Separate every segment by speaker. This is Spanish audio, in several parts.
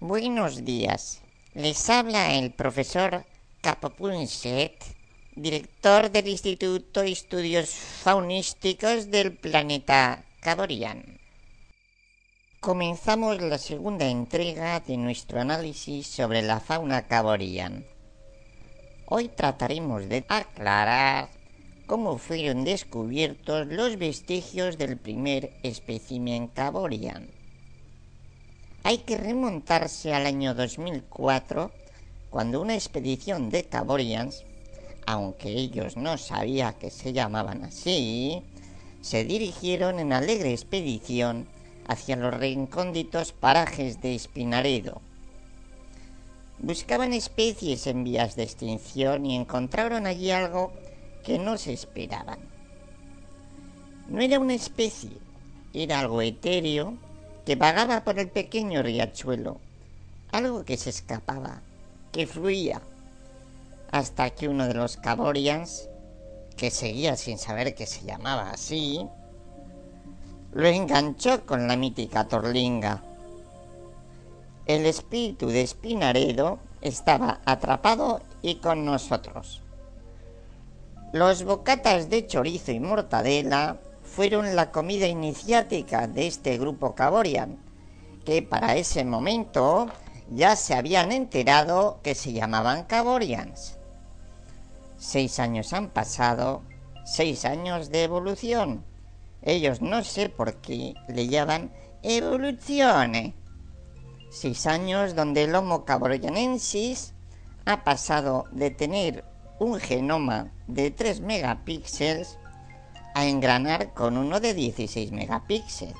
Speaker 1: Buenos días. Les habla el profesor Capopunset, director del Instituto de Estudios Faunísticos del planeta Caborian. Comenzamos la segunda entrega de nuestro análisis sobre la fauna caborian. Hoy trataremos de aclarar cómo fueron descubiertos los vestigios del primer espécimen caborian. Hay que remontarse al año 2004, cuando una expedición de caborians, aunque ellos no sabían que se llamaban así, se dirigieron en alegre expedición hacia los recónditos parajes de Espinaredo. Buscaban especies en vías de extinción y encontraron allí algo que no se esperaban. No era una especie, era algo etéreo que vagaba por el pequeño riachuelo, algo que se escapaba, que fluía, hasta que uno de los caborians, que seguía sin saber que se llamaba así, lo enganchó con la mítica torlinga. El espíritu de Espinaredo estaba atrapado y con nosotros. Los bocatas de chorizo y mortadela fueron la comida iniciática de este grupo Caborian, que para ese momento ya se habían enterado que se llamaban Caborians. Seis años han pasado, seis años de evolución. Ellos no sé por qué le llaman evoluzione. Seis años donde el Homo caborianensis ha pasado de tener un genoma de 3 megapíxeles a engranar con uno de 16 megapíxeles.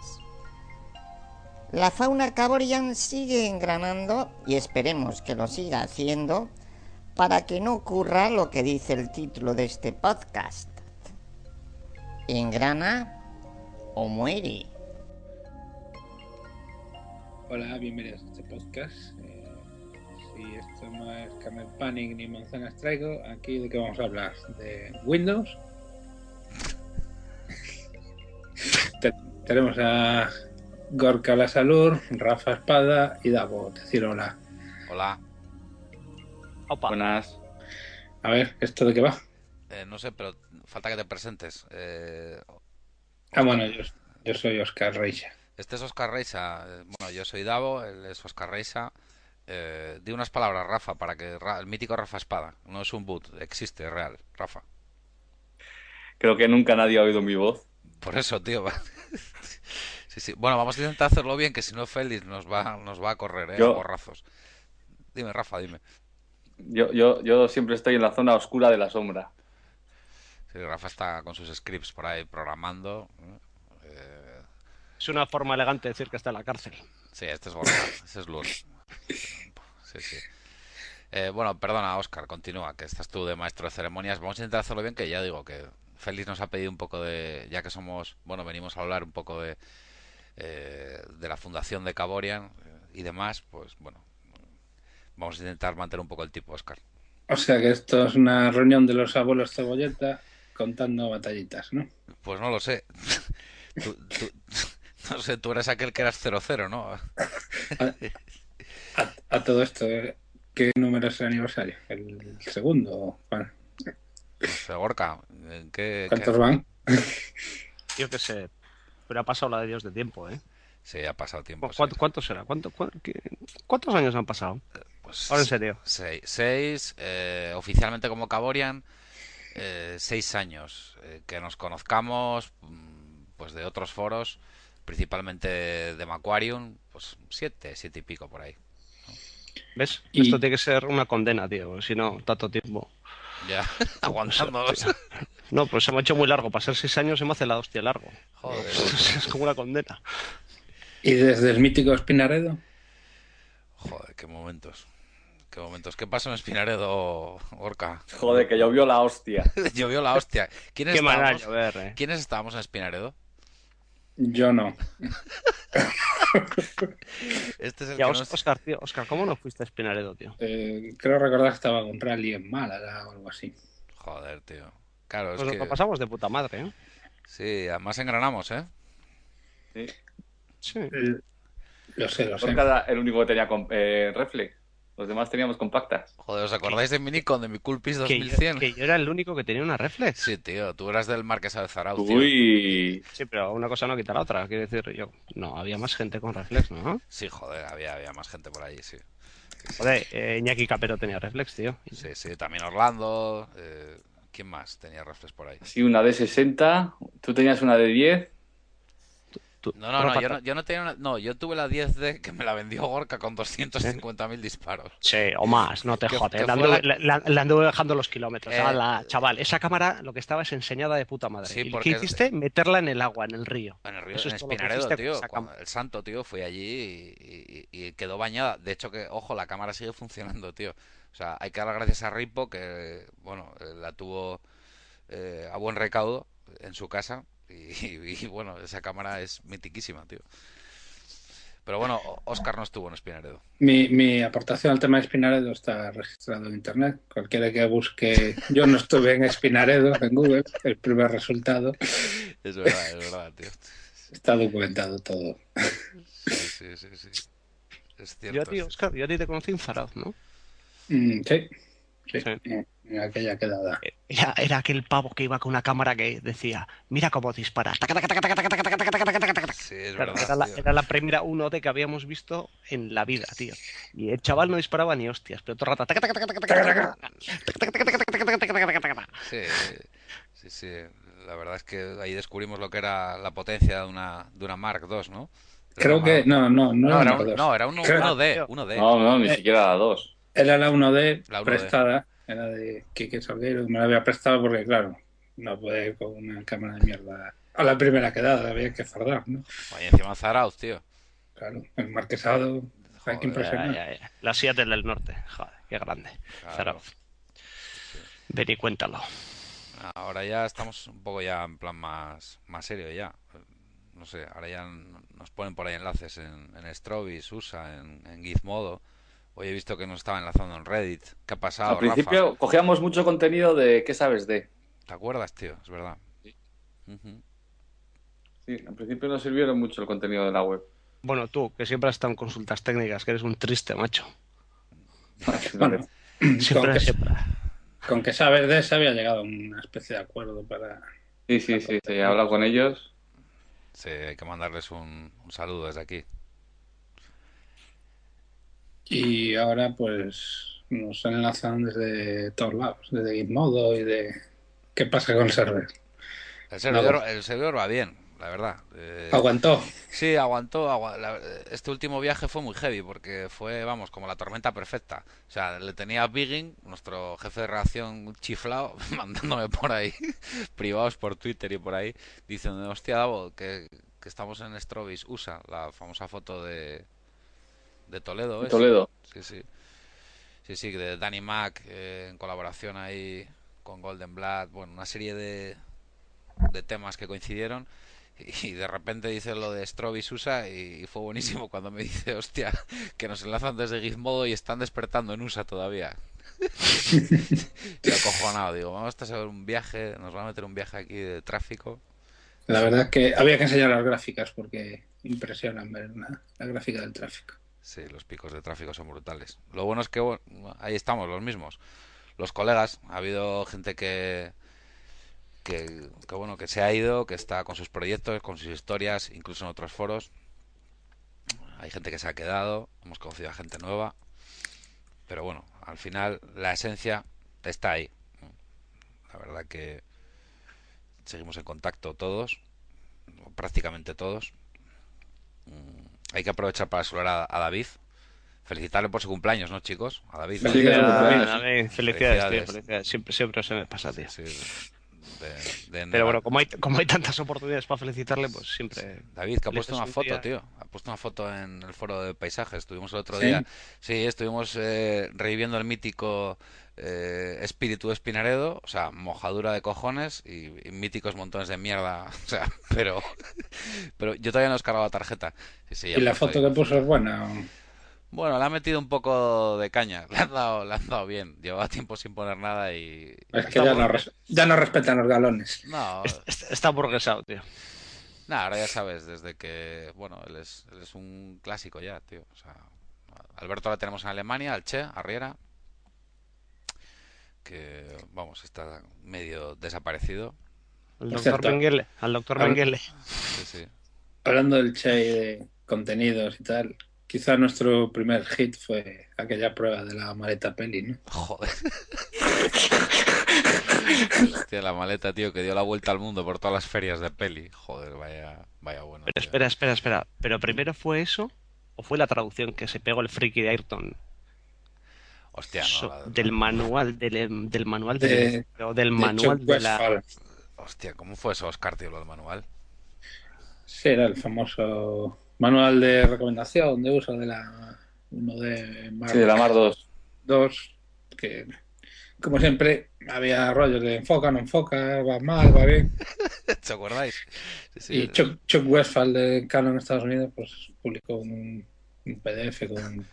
Speaker 1: La fauna caborian sigue engranando y esperemos que lo siga haciendo para que no ocurra lo que dice el título de este podcast. Engrana o muere.
Speaker 2: Hola, bienvenidos a este podcast. Eh, si esto no es Camel Panic ni Manzanas Traigo, aquí de qué vamos a hablar. De Windows. Te- tenemos a Gorka La Salud, Rafa Espada y Davo. Decir hola.
Speaker 3: Hola.
Speaker 4: Opa.
Speaker 5: Buenas.
Speaker 2: A ver, ¿esto de qué va?
Speaker 3: Eh, no sé, pero falta que te presentes. Eh,
Speaker 2: Ah, bueno, yo, yo soy Oscar Reixa.
Speaker 3: este es Oscar Reisa. Eh, Bueno, yo soy Davo, él es Oscar Reisa. Eh, di unas palabras, Rafa, para que Ra- el mítico Rafa Espada. No es un boot, existe, es real. Rafa.
Speaker 5: Creo que nunca nadie ha oído mi voz.
Speaker 3: Por eso, tío. va. sí, sí. Bueno, vamos a intentar hacerlo bien, que si no, Félix nos va, nos va a correr, ¿eh?
Speaker 5: Yo-
Speaker 3: A Borrazos. Dime, Rafa, dime.
Speaker 5: Yo, yo, yo siempre estoy en la zona oscura de la sombra.
Speaker 3: Sí, Rafa está con sus scripts por ahí programando. Eh,
Speaker 4: Es una forma elegante de decir que está en la cárcel.
Speaker 3: Sí, este es Borja, ese es Lur. Sí, sí. Eh, bueno, perdona, Oscar, continúa, que estás tú de maestro de ceremonias. Vamos a intentar hacerlo bien, que ya digo que Félix nos ha pedido un poco de, ya que somos, bueno, venimos a hablar un poco de, eh, de la fundación de Caborian eh, y demás, pues bueno, vamos a intentar mantener un poco el tipo, Oscar.
Speaker 2: O sea que esto es una reunión de los abuelos cebolleta contando batallitas, ¿no?
Speaker 3: Pues no lo sé. Tú- tú- no sé, tú eres aquel que eras 0-0, ¿no?
Speaker 2: A, a todo esto, ¿eh? ¿qué número es el aniversario? ¿El segundo? Bueno,
Speaker 3: No sé, Gorka, ¿en eh, qué- qué,
Speaker 2: ¿Cuántos van?
Speaker 4: Yo qué sé. Pero ha pasado la de Dios de tiempo, ¿eh?
Speaker 3: Sí, ha pasado tiempo.
Speaker 4: ¿Cu-
Speaker 3: sí.
Speaker 4: ¿Cuánto, cuánto será? ¿Cuánto, cua- qué- ¿Cuántos años han pasado?
Speaker 3: Pues
Speaker 4: Ahora en serio.
Speaker 3: 6, eh, oficialmente como Caborian, 6 años. eh, que nos conozcamos mm, pues de otros foros, principalmente de Maquarium, pues 7, 7 y pico por ahí.
Speaker 4: ¿Ves?
Speaker 2: Y-
Speaker 4: Esto tiene que ser una condena, tío. Si no, tanto tiempo.
Speaker 3: Ya, aguantando.
Speaker 4: No, pues se me ha hecho muy largo. Para ser seis años se me hace la hostia largo.
Speaker 3: Joder. Este
Speaker 4: es como una condena.
Speaker 2: ¿Y desde el mítico Espinaredo?
Speaker 3: Joder, qué momentos. Qué momentos. ¿Qué pasó en Espinaredo, Orca?
Speaker 5: Joder, que llovió la hostia.
Speaker 3: Llovió la hostia. ¿Quiénes
Speaker 4: Qué mal
Speaker 3: estábamos-
Speaker 4: año, a ver, ¿eh?
Speaker 3: ¿Quiénes estábamos en Espinaredo?
Speaker 2: Yo no.
Speaker 3: Este es el
Speaker 4: Ya,
Speaker 3: que
Speaker 4: Os-
Speaker 3: nos-
Speaker 4: Oscar, tío. Oscar, ¿cómo no fuiste a Espinaredo, tío?
Speaker 2: Eh, creo recordar que estaba en un rally en Málaga o algo así.
Speaker 3: Joder, tío. Claro, es
Speaker 4: Pues nos
Speaker 3: que...
Speaker 4: lo pasamos de puta madre, ¿eh?
Speaker 3: Sí, además engranamos, ¿eh?
Speaker 5: Sí.
Speaker 4: Sí.
Speaker 2: El- Lo sé, lo sé.
Speaker 5: Gorka era el único que tenía con- eh, reflex. Los demás teníamos compactas.
Speaker 3: Joder, ¿os acordáis de mi Nikon, de mi Coolpix
Speaker 4: Que yo,
Speaker 3: 2100?
Speaker 4: que yo era el único que tenía una reflex.
Speaker 3: Sí, tío, tú eras del Marqués de Zarau, tío.
Speaker 5: Uy,
Speaker 4: Sí, pero una cosa no quita la otra. Quiero decir, yo. No, había más gente con reflex, ¿no?
Speaker 3: Sí, joder, había, había más gente por allí, sí.
Speaker 4: Joder, eh, Iñaki Capero tenía reflex, tío.
Speaker 3: Sí, sí, también Orlando. eh, ¿Quién más tenía reflex por ahí?
Speaker 5: sí, una de 60. Tú tenías una de 10.
Speaker 4: Tú-
Speaker 3: No, no,
Speaker 4: tú
Speaker 3: no, yo
Speaker 4: falta-
Speaker 3: no, yo no tenía una... No, yo tuve la 10D que me la vendió Gorka con 250.000 disparos.
Speaker 4: Sí, o más, no te
Speaker 3: Que-
Speaker 4: jodes.
Speaker 3: que
Speaker 4: Le
Speaker 3: fue
Speaker 4: anduve, la- la- le anduve dejando los kilómetros.
Speaker 3: Eh,
Speaker 4: a la- chaval, esa cámara lo que estaba es enseñada de puta madre.
Speaker 3: Sí,
Speaker 4: ¿Y
Speaker 3: porque
Speaker 4: ¿Qué
Speaker 3: es-
Speaker 4: hiciste? Meterla en el agua, en el río.
Speaker 3: En el río,
Speaker 4: Eso
Speaker 3: en
Speaker 4: es todo lo que
Speaker 3: Espinaredo,
Speaker 4: hiciste con
Speaker 3: tío.
Speaker 4: esa
Speaker 3: cuando-
Speaker 4: cámara.
Speaker 3: el santo, tío, fui allí y, y- y quedó bañada. De hecho, que, ojo, la cámara sigue funcionando, tío. O sea, hay que dar gracias a Ripo, que, bueno, eh, la tuvo eh, a buen recaudo en su casa. Y, y, bueno, esa cámara es mitiquísima, tío. Pero bueno, Oscar no estuvo en Espinaredo.
Speaker 2: Mi, mi aportación al tema de Espinaredo está registrado en internet. Cualquiera que busque, yo no estuve en Espinaredo en Google, el primer resultado
Speaker 3: Es verdad, es verdad, tío.
Speaker 2: está documentado todo.
Speaker 3: Sí, sí, sí. sí. Es cierto.
Speaker 4: Yo a
Speaker 3: es
Speaker 4: ti,
Speaker 3: cierto.
Speaker 4: Oscar, yo a ti te conocí en Zarao, ¿no?
Speaker 2: Mm, sí, sí,
Speaker 4: Sí.
Speaker 2: en- en aquella quedada.
Speaker 3: Eh,
Speaker 4: Era, era aquel pavo que iba con una cámara que decía, mira cómo dispara. Taca, taca, taca, taca, taca, taca, taca, taca, taca, taca, taca.
Speaker 3: Sí, es
Speaker 4: Claro,
Speaker 3: verdad,
Speaker 4: era, la,
Speaker 3: tío.
Speaker 4: era la primera 1D que habíamos visto en la vida, tío. Y el chaval no disparaba ni hostias, pero todo el rato. taca, taca, taca, taca, taca, taca, taca, taca, taca, taca, taca, taca, taca, taca, taca.
Speaker 3: Sí, sí, sí. La verdad es que ahí descubrimos lo que era la potencia de una, de una Mark II, ¿no? De
Speaker 2: Creo
Speaker 3: una
Speaker 2: que,
Speaker 3: Mark-
Speaker 2: no, no, no,
Speaker 3: No,
Speaker 2: era
Speaker 3: era
Speaker 2: una
Speaker 3: un,
Speaker 2: dos.
Speaker 3: no, era uno,
Speaker 2: Creo-
Speaker 3: uno D,
Speaker 4: tío.
Speaker 3: uno D.
Speaker 5: No, no, ni
Speaker 2: Eh.
Speaker 5: siquiera la 2.
Speaker 2: Era la 1D
Speaker 3: La 1D.
Speaker 2: prestada, era de Quique Salguero, me la había prestado porque, claro, no puede ir con una cámara de mierda a la primera quedada, había que fardar, ¿no?
Speaker 3: Oye, encima Zarauz, tío.
Speaker 2: Claro, el marquesado, hay
Speaker 3: Joder,
Speaker 2: que impresionar.
Speaker 4: Ya, ya, ya. La Seattle del Norte, joder, qué grande.
Speaker 3: Claro.
Speaker 4: Zarauz. Ven y cuéntalo.
Speaker 3: Ahora ya estamos un poco ya en plan más, más serio ya. No sé, ahora ya n- nos ponen por ahí enlaces en, en Strobis, USA, en, en Gizmodo. Hoy he visto que nos estaba enlazando en Reddit. ¿Qué ha pasado,
Speaker 5: Al principio
Speaker 3: Rafa?
Speaker 5: cogíamos mucho contenido de ¿qué sabes de?
Speaker 3: ¿Te acuerdas, tío? Es verdad. Ujú.
Speaker 5: Sí, al principio nos sirvieron mucho el contenido de la web.
Speaker 4: Bueno, tú, que siempre has estado en consultas técnicas, que eres un triste macho.
Speaker 2: Bueno, con,
Speaker 4: Siempre,
Speaker 2: que,
Speaker 4: siempre.
Speaker 2: con que sabes de esa había llegado a una especie de acuerdo para...
Speaker 5: Sí, sí, sí, sí, he hablado con ellos.
Speaker 3: Sí, hay que mandarles un, un saludo desde aquí.
Speaker 2: Y ahora pues nos enlazan desde todos lados, desde Gizmodo y de... ¿Qué pasa con el server?
Speaker 3: El servidor,
Speaker 2: Nada.
Speaker 3: el servidor va bien, la verdad. Eh,
Speaker 2: Aguantó.
Speaker 3: sí, aguantó. agua- la- este último viaje fue muy heavy porque fue, vamos, como la tormenta perfecta. O sea, le tenía a Bigging, nuestro jefe de redacción chiflado, mandándome por ahí, privados por Twitter y por ahí, diciendo, hostia, Davo, que, que estamos en Strobis, USA, la famosa foto de, de Toledo.
Speaker 5: En
Speaker 3: ¿es?
Speaker 5: Toledo.
Speaker 3: Sí, sí. Sí, sí, de Danny Mac eh, en colaboración ahí con Golden Blood. Bueno, una serie de, de temas que coincidieron. Y de repente dice lo de Strobe y Susa y, fue buenísimo cuando me dice, hostia, que nos enlazan desde Gizmodo y están despertando en USA todavía. Yo acojonado, digo, vamos a hacer un viaje, nos van a meter un viaje aquí de tráfico.
Speaker 2: La verdad es que había que enseñar las gráficas porque impresionan ver la, la gráfica del tráfico.
Speaker 3: Sí, los picos de tráfico son brutales. Lo bueno es que bueno, ahí estamos, los mismos. Los colegas, ha habido gente que, que, que, bueno, que se ha ido, que está con sus proyectos, con sus historias, incluso en otros foros. Hay gente que se ha quedado, hemos conocido a gente nueva. Pero bueno, al final la esencia está ahí. La verdad que seguimos en contacto todos, o prácticamente todos. Mm, Hay que aprovechar para saludar a, a David. Felicitarle por su cumpleaños, ¿no, chicos? A David.
Speaker 5: Sí, que era
Speaker 4: Felicidades,
Speaker 5: cumpleaños.
Speaker 4: David, felicidades, tío, felicidades. Siempre, siempre se me pasa, tío.
Speaker 3: Sí, de- de-
Speaker 4: Pero bueno, como hay, como hay tantas oportunidades para felicitarle, pues siempre.
Speaker 3: David, que ha
Speaker 4: le
Speaker 3: puesto
Speaker 4: haces
Speaker 3: una
Speaker 4: un
Speaker 3: foto,
Speaker 4: día-
Speaker 3: tío. Ha puesto una foto en el foro de paisajes. Estuvimos el otro
Speaker 2: ¿Sí?
Speaker 3: día. Sí, estuvimos eh, reviviendo el mítico eh, espíritu de Espinaredo. O sea, mojadura de cojones y, y míticos montones de mierda. O sea, pero, pero yo todavía no he descargado la tarjeta. Sí, sí, ya
Speaker 2: ¿Y la
Speaker 3: puesto
Speaker 2: foto
Speaker 3: ahí.
Speaker 2: que puso es buena? o-
Speaker 3: Bueno, le ha metido un poco de caña. Le han dado, le han dado bien. Llevaba tiempo sin poner nada y.
Speaker 2: Es que ya no, res- ya no respetan los galones.
Speaker 3: No,
Speaker 4: Es- es- Está burguesado, tío.
Speaker 3: Nah, ahora ya sabes, desde que. Bueno, él es, él es un clásico ya, tío. O sea, a Alberto la tenemos en Alemania, al Che, Arriera. Que, vamos, está medio desaparecido.
Speaker 4: Al
Speaker 2: Por
Speaker 4: doctor
Speaker 2: cierto.
Speaker 4: Mengele. Al doctor
Speaker 2: A ver.
Speaker 4: Mengele.
Speaker 3: Sí, sí.
Speaker 2: Hablando del Che y de contenidos y tal, quizá nuestro primer hit fue aquella prueba de la maleta peli, ¿no?
Speaker 3: Joder. Hostia, la maleta, tío, que dio la vuelta al mundo por todas las ferias de peli. Joder, vaya, vaya bueno.
Speaker 4: Pero
Speaker 3: tío.
Speaker 4: espera, espera, espera. ¿Pero primero fue eso o fue la traducción que se pegó el friki de Ayrton?
Speaker 3: Hostia,
Speaker 4: So-
Speaker 3: no, la-
Speaker 4: del manual, del, em, del manual
Speaker 2: De-
Speaker 4: de, o del
Speaker 2: De
Speaker 4: manual
Speaker 2: Chuck
Speaker 4: Eh, de la...
Speaker 2: Westphal.
Speaker 3: Hostia, ¿cómo fue eso, Oscar, tío, lo del manual?
Speaker 2: Sí, era el famoso manual de recomendación de uso de la uno de Mar
Speaker 5: Sí, de la Mar 2.
Speaker 2: 2, que como siempre había rollos de enfoca, no enfoca, va mal, va bien.
Speaker 3: ¿Te acordáis? Sí, sí.
Speaker 2: Y Chuck, Chuck Westphal de Canon en Estados Unidos pues publicó un, un PDF con,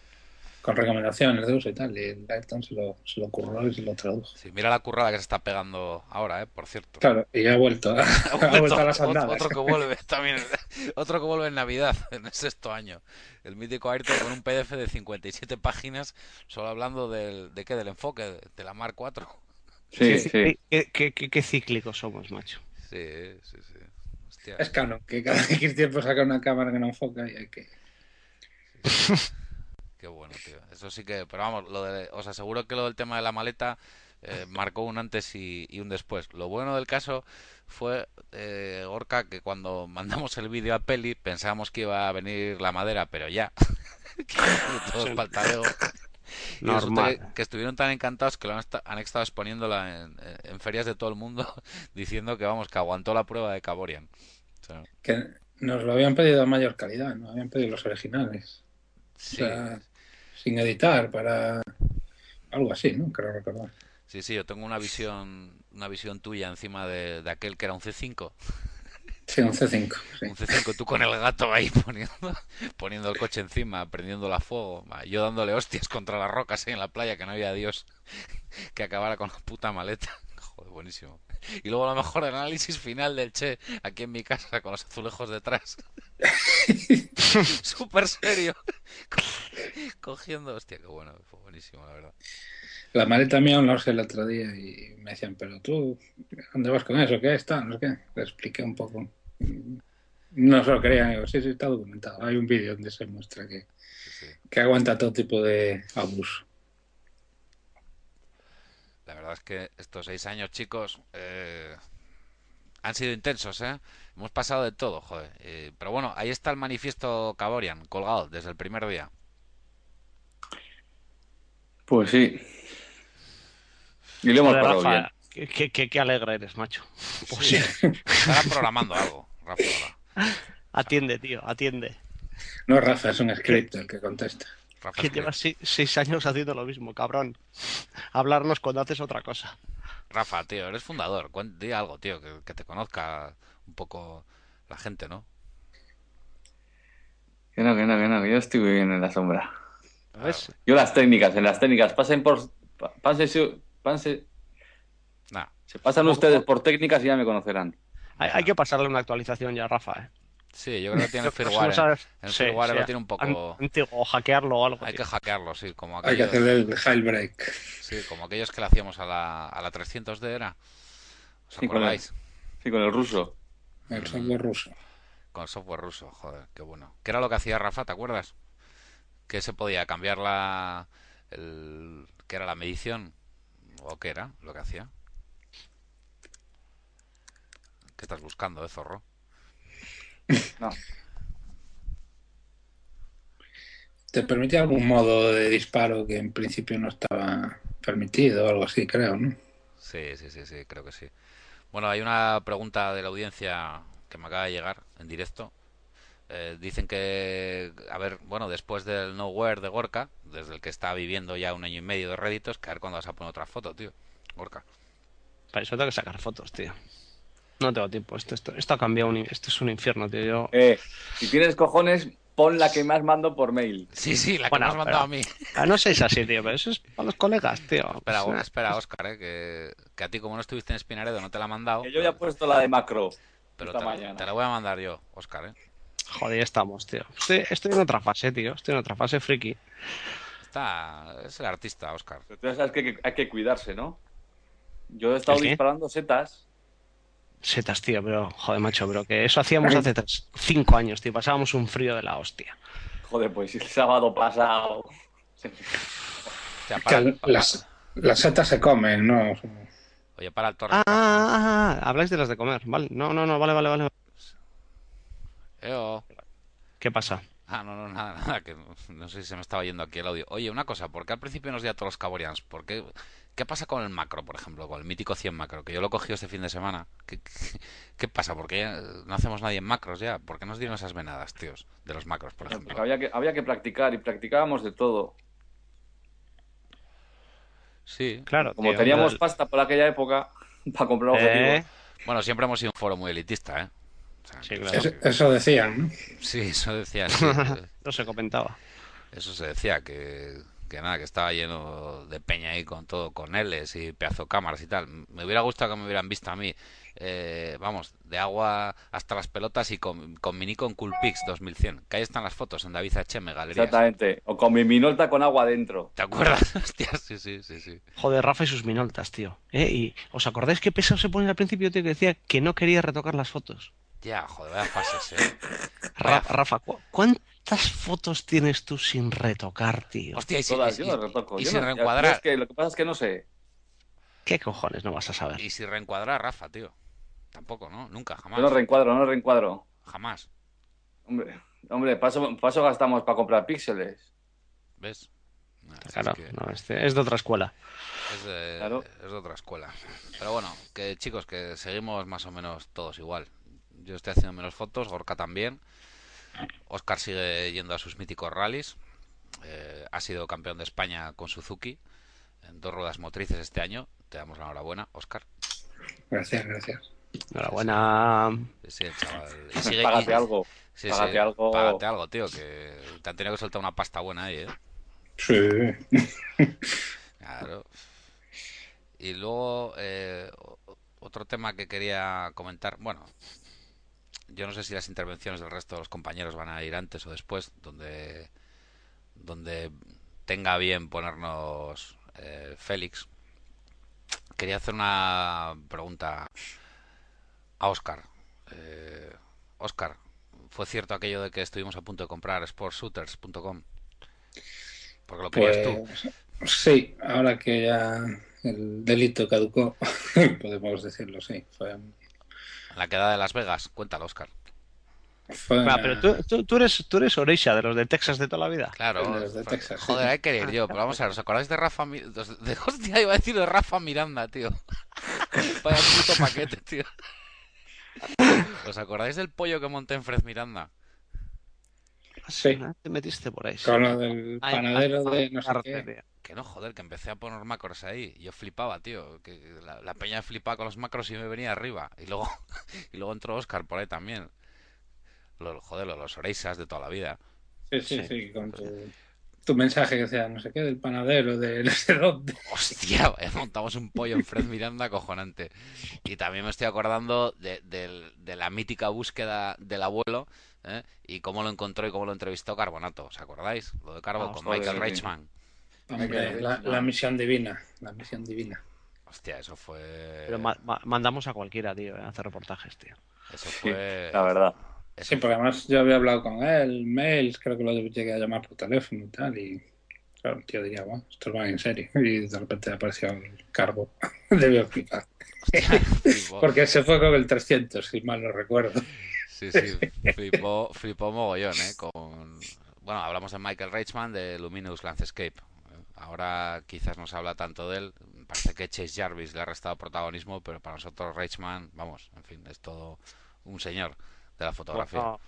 Speaker 2: con recomendaciones de uso y tal, y Lighton se lo, se lo curró y se lo tradujo.
Speaker 3: Sí, mira la currada que se está pegando ahora, ¿eh? Por cierto.
Speaker 2: Claro, y ha vuelto, a- ha vuelto a las
Speaker 3: Otro-
Speaker 2: andadas.
Speaker 3: Otro que vuelve también. Otro que vuelve en Navidad, en el sexto año. El mítico Ayrton con un PDF de 57 páginas, solo hablando del, de qué, del enfoque, de la Mar 4.
Speaker 5: Sí,
Speaker 4: Sí,
Speaker 5: sí.
Speaker 4: Qué, qué- qué- qué cíclicos somos, macho.
Speaker 3: Sí, sí, sí. Hostia.
Speaker 2: Es Canon, que cada X tiempo saca una cámara que no enfoca y hay que...
Speaker 3: Qué bueno, tío. Eso sí que, pero vamos, lo de, os aseguro que lo del tema de la maleta eh, marcó un antes y, y un después. Lo bueno del caso fue, eh, Gorka, que cuando mandamos el vídeo a Peli pensábamos que iba a venir la madera, pero ya. Que Todos
Speaker 4: Sí.
Speaker 3: paltalego. Y resulta
Speaker 4: Normal.
Speaker 3: Que, que estuvieron tan encantados que lo han, esta- han estado exponiéndola en, en ferias de todo el mundo diciendo que, vamos, que aguantó la prueba de Caborian. O sea,
Speaker 2: que nos lo habían pedido a mayor calidad, nos habían pedido los originales,
Speaker 3: sí.
Speaker 2: sea, sin editar, para algo así, ¿no? Creo recordar.
Speaker 3: Sí, sí, yo tengo una visión, una visión tuya encima de, de aquel que era un C5.
Speaker 2: Sí, un C5. sí.
Speaker 3: Un C5 tú con el gato ahí poniendo, poniendo el coche encima, prendiéndolo a fuego. va, Yo dándole hostias contra las rocas ahí en la playa, que no había Dios que acabara con la puta maleta. Joder, Pues buenísimo. Y luego a lo mejor el análisis final del Che, aquí en mi casa, con los azulejos detrás. Súper serio. Cogiendo, hostia, qué bueno, fue buenísimo, la verdad.
Speaker 2: La maleta mía aún la usé el otro día y me decían, pero tú, ¿dónde vas con eso? ¿Qué está? No sé qué. Le expliqué un poco. No se lo creían, digo, sí, sí, está documentado. Hay un vídeo donde se muestra que,
Speaker 3: Sí, sí.
Speaker 2: que aguanta todo tipo de abuso.
Speaker 3: La verdad es que estos seis años, chicos, eh, han sido intensos, ¿eh? Hemos pasado de todo, joder. Eh, pero bueno, ahí está el manifiesto Caborian, colgado desde el primer día.
Speaker 5: Pues sí. Y lo hemos
Speaker 4: Joder,
Speaker 5: pasado
Speaker 4: Rafa,
Speaker 5: bien.
Speaker 4: qué- qué, qué- qué alegre eres, macho. Pues
Speaker 3: Sí.
Speaker 4: sí.
Speaker 3: Estará programando algo, Rafa. ahora.
Speaker 4: Atiende, tío, atiende.
Speaker 2: No, Rafa, es un script el que contesta.
Speaker 3: Rafa
Speaker 4: Que
Speaker 3: escribe.
Speaker 4: llevas se- seis años haciendo lo mismo, cabrón. Hablarnos cuando haces otra cosa.
Speaker 3: Rafa, tío, eres fundador. Cuen- Di algo, tío, que, que te conozca un poco la gente, ¿no?
Speaker 5: Que no, que no, que no, que yo estoy muy bien en la sombra.
Speaker 4: ¿Ves?
Speaker 5: Yo las técnicas, en las técnicas, pasen por. pa- Pasen, su- pasen-
Speaker 3: Nah,
Speaker 5: se pasan ustedes por técnicas y ya me conocerán.
Speaker 4: Hay, hay que pasarle una actualización ya, Rafa. ¿eh?
Speaker 3: sí, yo creo que tiene
Speaker 4: Los próximos
Speaker 3: firmware. ¿eh?
Speaker 4: años-
Speaker 3: En
Speaker 4: sí,
Speaker 3: firmware
Speaker 4: sí,
Speaker 3: lo tiene un poco.
Speaker 4: an- antiguo, hackearlo o algo.
Speaker 3: Hay
Speaker 4: tío.
Speaker 3: que hackearlo, sí, como
Speaker 2: Hay que
Speaker 3: aquellos,
Speaker 2: hacer el jailbreak.
Speaker 3: sí, como aquellos que le hacíamos a la, a la 300D, ¿era? ¿Os
Speaker 5: Sí, con el-
Speaker 3: acordáis?
Speaker 5: Sí, con el ruso.
Speaker 2: Ah, El software ruso.
Speaker 3: Con software ruso, joder, qué bueno. ¿Qué era lo que hacía Rafa, te acuerdas? Que se podía cambiar la... El, ¿Qué era la medición? ¿O qué era lo que hacía? ¿Qué estás buscando, eh, zorro?
Speaker 5: No.
Speaker 2: Te permitía algún modo de disparo que en principio no estaba permitido o algo así, creo, ¿no?
Speaker 3: Sí, sí, sí, sí, creo que sí. Bueno, hay una pregunta de la audiencia que me acaba de llegar en directo. Eh, dicen que, a ver, bueno, después del Nowhere de Gorka, desde el que está viviendo ya un año y medio de réditos, que a ver cuándo vas a poner otra foto, tío. Gorka.
Speaker 4: Para eso tengo que sacar fotos, tío. No tengo tiempo. Esto, esto, esto ha cambiado. Un, in- esto es un infierno, tío. Yo...
Speaker 5: Eh, si tienes cojones, pon la que más mando por mail.
Speaker 3: Sí, sí, la que
Speaker 4: Bueno,
Speaker 3: me has mandado a
Speaker 4: pero-
Speaker 3: mí.
Speaker 4: Ah, no seas así, tío. Pero eso es para los colegas, tío.
Speaker 3: Espera,
Speaker 4: Pues,
Speaker 3: Go-
Speaker 4: nah.
Speaker 3: espera, Oscar, eh, que, que a ti como no estuviste en Espinaredo no te la ha mandado.
Speaker 5: Que yo ya he puesto la de macro.
Speaker 3: Pero
Speaker 5: Esta
Speaker 3: te, la-
Speaker 5: mañana.
Speaker 3: te la voy a mandar yo, Oscar, ¿eh?
Speaker 4: Joder, ya estamos, tío. Estoy, estoy en otra fase, tío. Estoy en otra fase friki.
Speaker 3: Está... Es el artista, Oscar.
Speaker 5: Pero tú ya sabes que hay que- hay que cuidarse, ¿no? Yo he estado
Speaker 4: ¿El qué?
Speaker 5: disparando setas.
Speaker 4: Setas, tío, pero joder, macho, pero que eso hacíamos hace tres, cinco años, tío. Pasábamos un frío de la hostia.
Speaker 5: Joder, pues el sábado pasado. Sí.
Speaker 3: O sea, para-
Speaker 2: Que las, las setas se comen, ¿no? O sea,
Speaker 3: Oye, para el torre.
Speaker 4: Ah, ah, ah, ah, habláis de las de comer, vale. No, no, no, vale, vale, vale.
Speaker 3: Eo.
Speaker 4: ¿Qué pasa?
Speaker 3: Ah, no, no, nada, nada, que no, no sé si se me estaba yendo aquí el audio. Oye, una cosa, ¿por qué al principio nos di a todos los caborians? ¿Por qué, ¿Qué pasa con el macro, por ejemplo, con el mítico 100 macro, que yo lo cogí este fin de semana? ¿Qué, qué, qué pasa? ¿Por qué ya no hacemos nadie en macros ya? ¿Por qué nos dieron esas venadas, tíos, de los macros, por
Speaker 5: Porque
Speaker 3: ejemplo?
Speaker 5: había que, había que practicar y practicábamos de todo.
Speaker 3: Sí.
Speaker 4: Claro,
Speaker 5: Como
Speaker 4: tío,
Speaker 5: teníamos
Speaker 4: el-
Speaker 5: pasta por aquella época para comprar objetivos.
Speaker 4: Eh,
Speaker 3: Bueno, siempre hemos sido un foro muy elitista, ¿eh? O sea,
Speaker 4: Sí,
Speaker 3: que-
Speaker 4: claro.
Speaker 2: es- eso decían, ¿no?
Speaker 3: Sí, eso decía. sí, eh,
Speaker 4: no se comentaba.
Speaker 3: Eso se decía, que, que nada, que estaba lleno de peña ahí con todo, con L's y pedazo de cámaras y tal. Me hubiera gustado que me hubieran visto a mí, eh, vamos, de agua hasta las pelotas y con, con mi Nikon Coolpix 2100. Que ahí están las fotos en David HM Galerías.
Speaker 5: Exactamente. O con mi minolta con agua dentro.
Speaker 3: ¿Te acuerdas? Hostia, sí, sí, sí, sí.
Speaker 4: Joder, Rafa y sus minoltas, tío. ¿Eh? ¿Y ¿Os acordáis qué pesado se pone al principio, tío, que decía que no quería retocar las fotos?
Speaker 3: Ya, joder, vaya fases, eh.
Speaker 4: Ra- Rafa, ¿cu- ¿cuántas fotos tienes tú sin retocar, tío?
Speaker 3: Hostia, y, sin-
Speaker 5: Todas,
Speaker 3: y-
Speaker 5: yo las
Speaker 3: y-
Speaker 5: retoco.
Speaker 3: y
Speaker 5: Yo
Speaker 3: sin
Speaker 5: no-
Speaker 3: reencuadrar.
Speaker 5: es que lo que pasa es que no sé.
Speaker 4: ¿Qué cojones no vas a saber?
Speaker 3: Y si reencuadrar, Rafa, tío. Tampoco, ¿no? Nunca, jamás.
Speaker 5: Yo no reencuadro, no reencuadro.
Speaker 3: Jamás.
Speaker 5: Hombre, hombre paso, paso gastamos para comprar píxeles.
Speaker 3: ¿Ves? Nah, si es
Speaker 4: Claro,
Speaker 3: que-
Speaker 4: no, este es de otra escuela.
Speaker 3: Es de,
Speaker 5: Claro.
Speaker 3: es de otra escuela. Pero bueno, que chicos, que seguimos más o menos todos igual. Yo estoy haciendo menos fotos, Gorka también. Oscar sigue yendo a sus míticos rallies. Eh, ha sido campeón de España con Suzuki en dos ruedas motrices este año. Te damos la enhorabuena, Oscar.
Speaker 2: Gracias, gracias.
Speaker 4: Enhorabuena.
Speaker 3: Sí, el chaval. Y sigue-
Speaker 5: Págate
Speaker 3: y-
Speaker 5: algo.
Speaker 3: sí, sí,
Speaker 5: págate algo.
Speaker 3: págate algo, tío, que te han tenido que soltar una pasta buena ahí, ¿eh?
Speaker 2: Sí.
Speaker 3: Claro. Y luego, eh, o- otro tema que quería comentar. Bueno, yo no sé si las intervenciones del resto de los compañeros van a ir antes o después, donde, donde tenga bien ponernos eh, Félix. Quería hacer una pregunta a Oscar. Eh, Oscar, ¿fue cierto aquello de que estuvimos a punto de comprar sportshooters.com? Porque lo querías tú.
Speaker 2: Pues sí, ahora que ya el delito caducó, podemos decirlo, sí. Fue,
Speaker 3: La quedada de Las Vegas, cuéntalo, Oscar.
Speaker 2: fue
Speaker 4: Va,
Speaker 2: una-
Speaker 4: pero tú, tú- tú eres, tú eres Oreisha, de los de Texas de toda la vida.
Speaker 3: Claro,
Speaker 2: Los de
Speaker 3: fue-
Speaker 2: Texas, sí.
Speaker 3: joder, hay que ir yo, pero vamos a ver, ¿os acordáis de Rafa Mi- de, de- hostia, iba a decir de Rafa Miranda, tío? Vaya puto paquete, tío. ¿Os acordáis del pollo que monté en Fred Miranda?
Speaker 2: Sí.
Speaker 4: Ah, Te metiste por ahí. sí.
Speaker 2: Con lo del
Speaker 4: Ay,
Speaker 2: panadero de
Speaker 4: ay,
Speaker 2: no sé qué.
Speaker 4: cartería.
Speaker 3: Que no, joder, que empecé a poner macros ahí. Yo flipaba, tío. Que la, la peña flipaba con los macros y me venía arriba. Y luego, y luego entró Oscar por ahí también. Lo, joder, lo- los oreisas de toda la vida.
Speaker 2: Sí, sí,
Speaker 4: Sí.
Speaker 2: sí, con tu, tu mensaje que decía no sé qué, del panadero de no sé dónde.
Speaker 3: Hostia, eh, montamos un pollo en Fred Miranda cojonante. Y también me estoy acordando de, del- de la mítica búsqueda del abuelo ¿eh? y cómo lo encontró y cómo lo entrevistó Carbonato. ¿Os acordáis? Lo de Carbo
Speaker 5: Vamos,
Speaker 3: con
Speaker 5: Ah, joder,
Speaker 3: Michael
Speaker 5: sí.
Speaker 3: Reichman.
Speaker 2: Hombre, la, la misión divina, la misión divina.
Speaker 3: Hostia, eso fue.
Speaker 4: Pero ma- ma- mandamos a cualquiera, tío, eh, a hacer reportajes, tío.
Speaker 3: Eso
Speaker 5: Sí,
Speaker 3: fue.
Speaker 5: la verdad.
Speaker 3: eso
Speaker 2: Sí, porque además yo había hablado con él, mails, creo que lo llegué a llamar por teléfono y tal, y claro, el tío diría, bueno, esto va en serio, y de repente apareció el cargo de Biopica,
Speaker 3: Hostia, flipó.
Speaker 2: porque se fue con el 300, si mal no recuerdo.
Speaker 3: Sí, sí, flipó, flipó mogollón, ¿eh? Con... Bueno, hablamos de Michael Reichman de Luminous Landscape. Ahora quizás no se habla tanto de él. Parece que Chase Jarvis le ha restado protagonismo, pero para nosotros Reichman, vamos, en fin, es todo un señor de la fotografía.
Speaker 4: Bueno,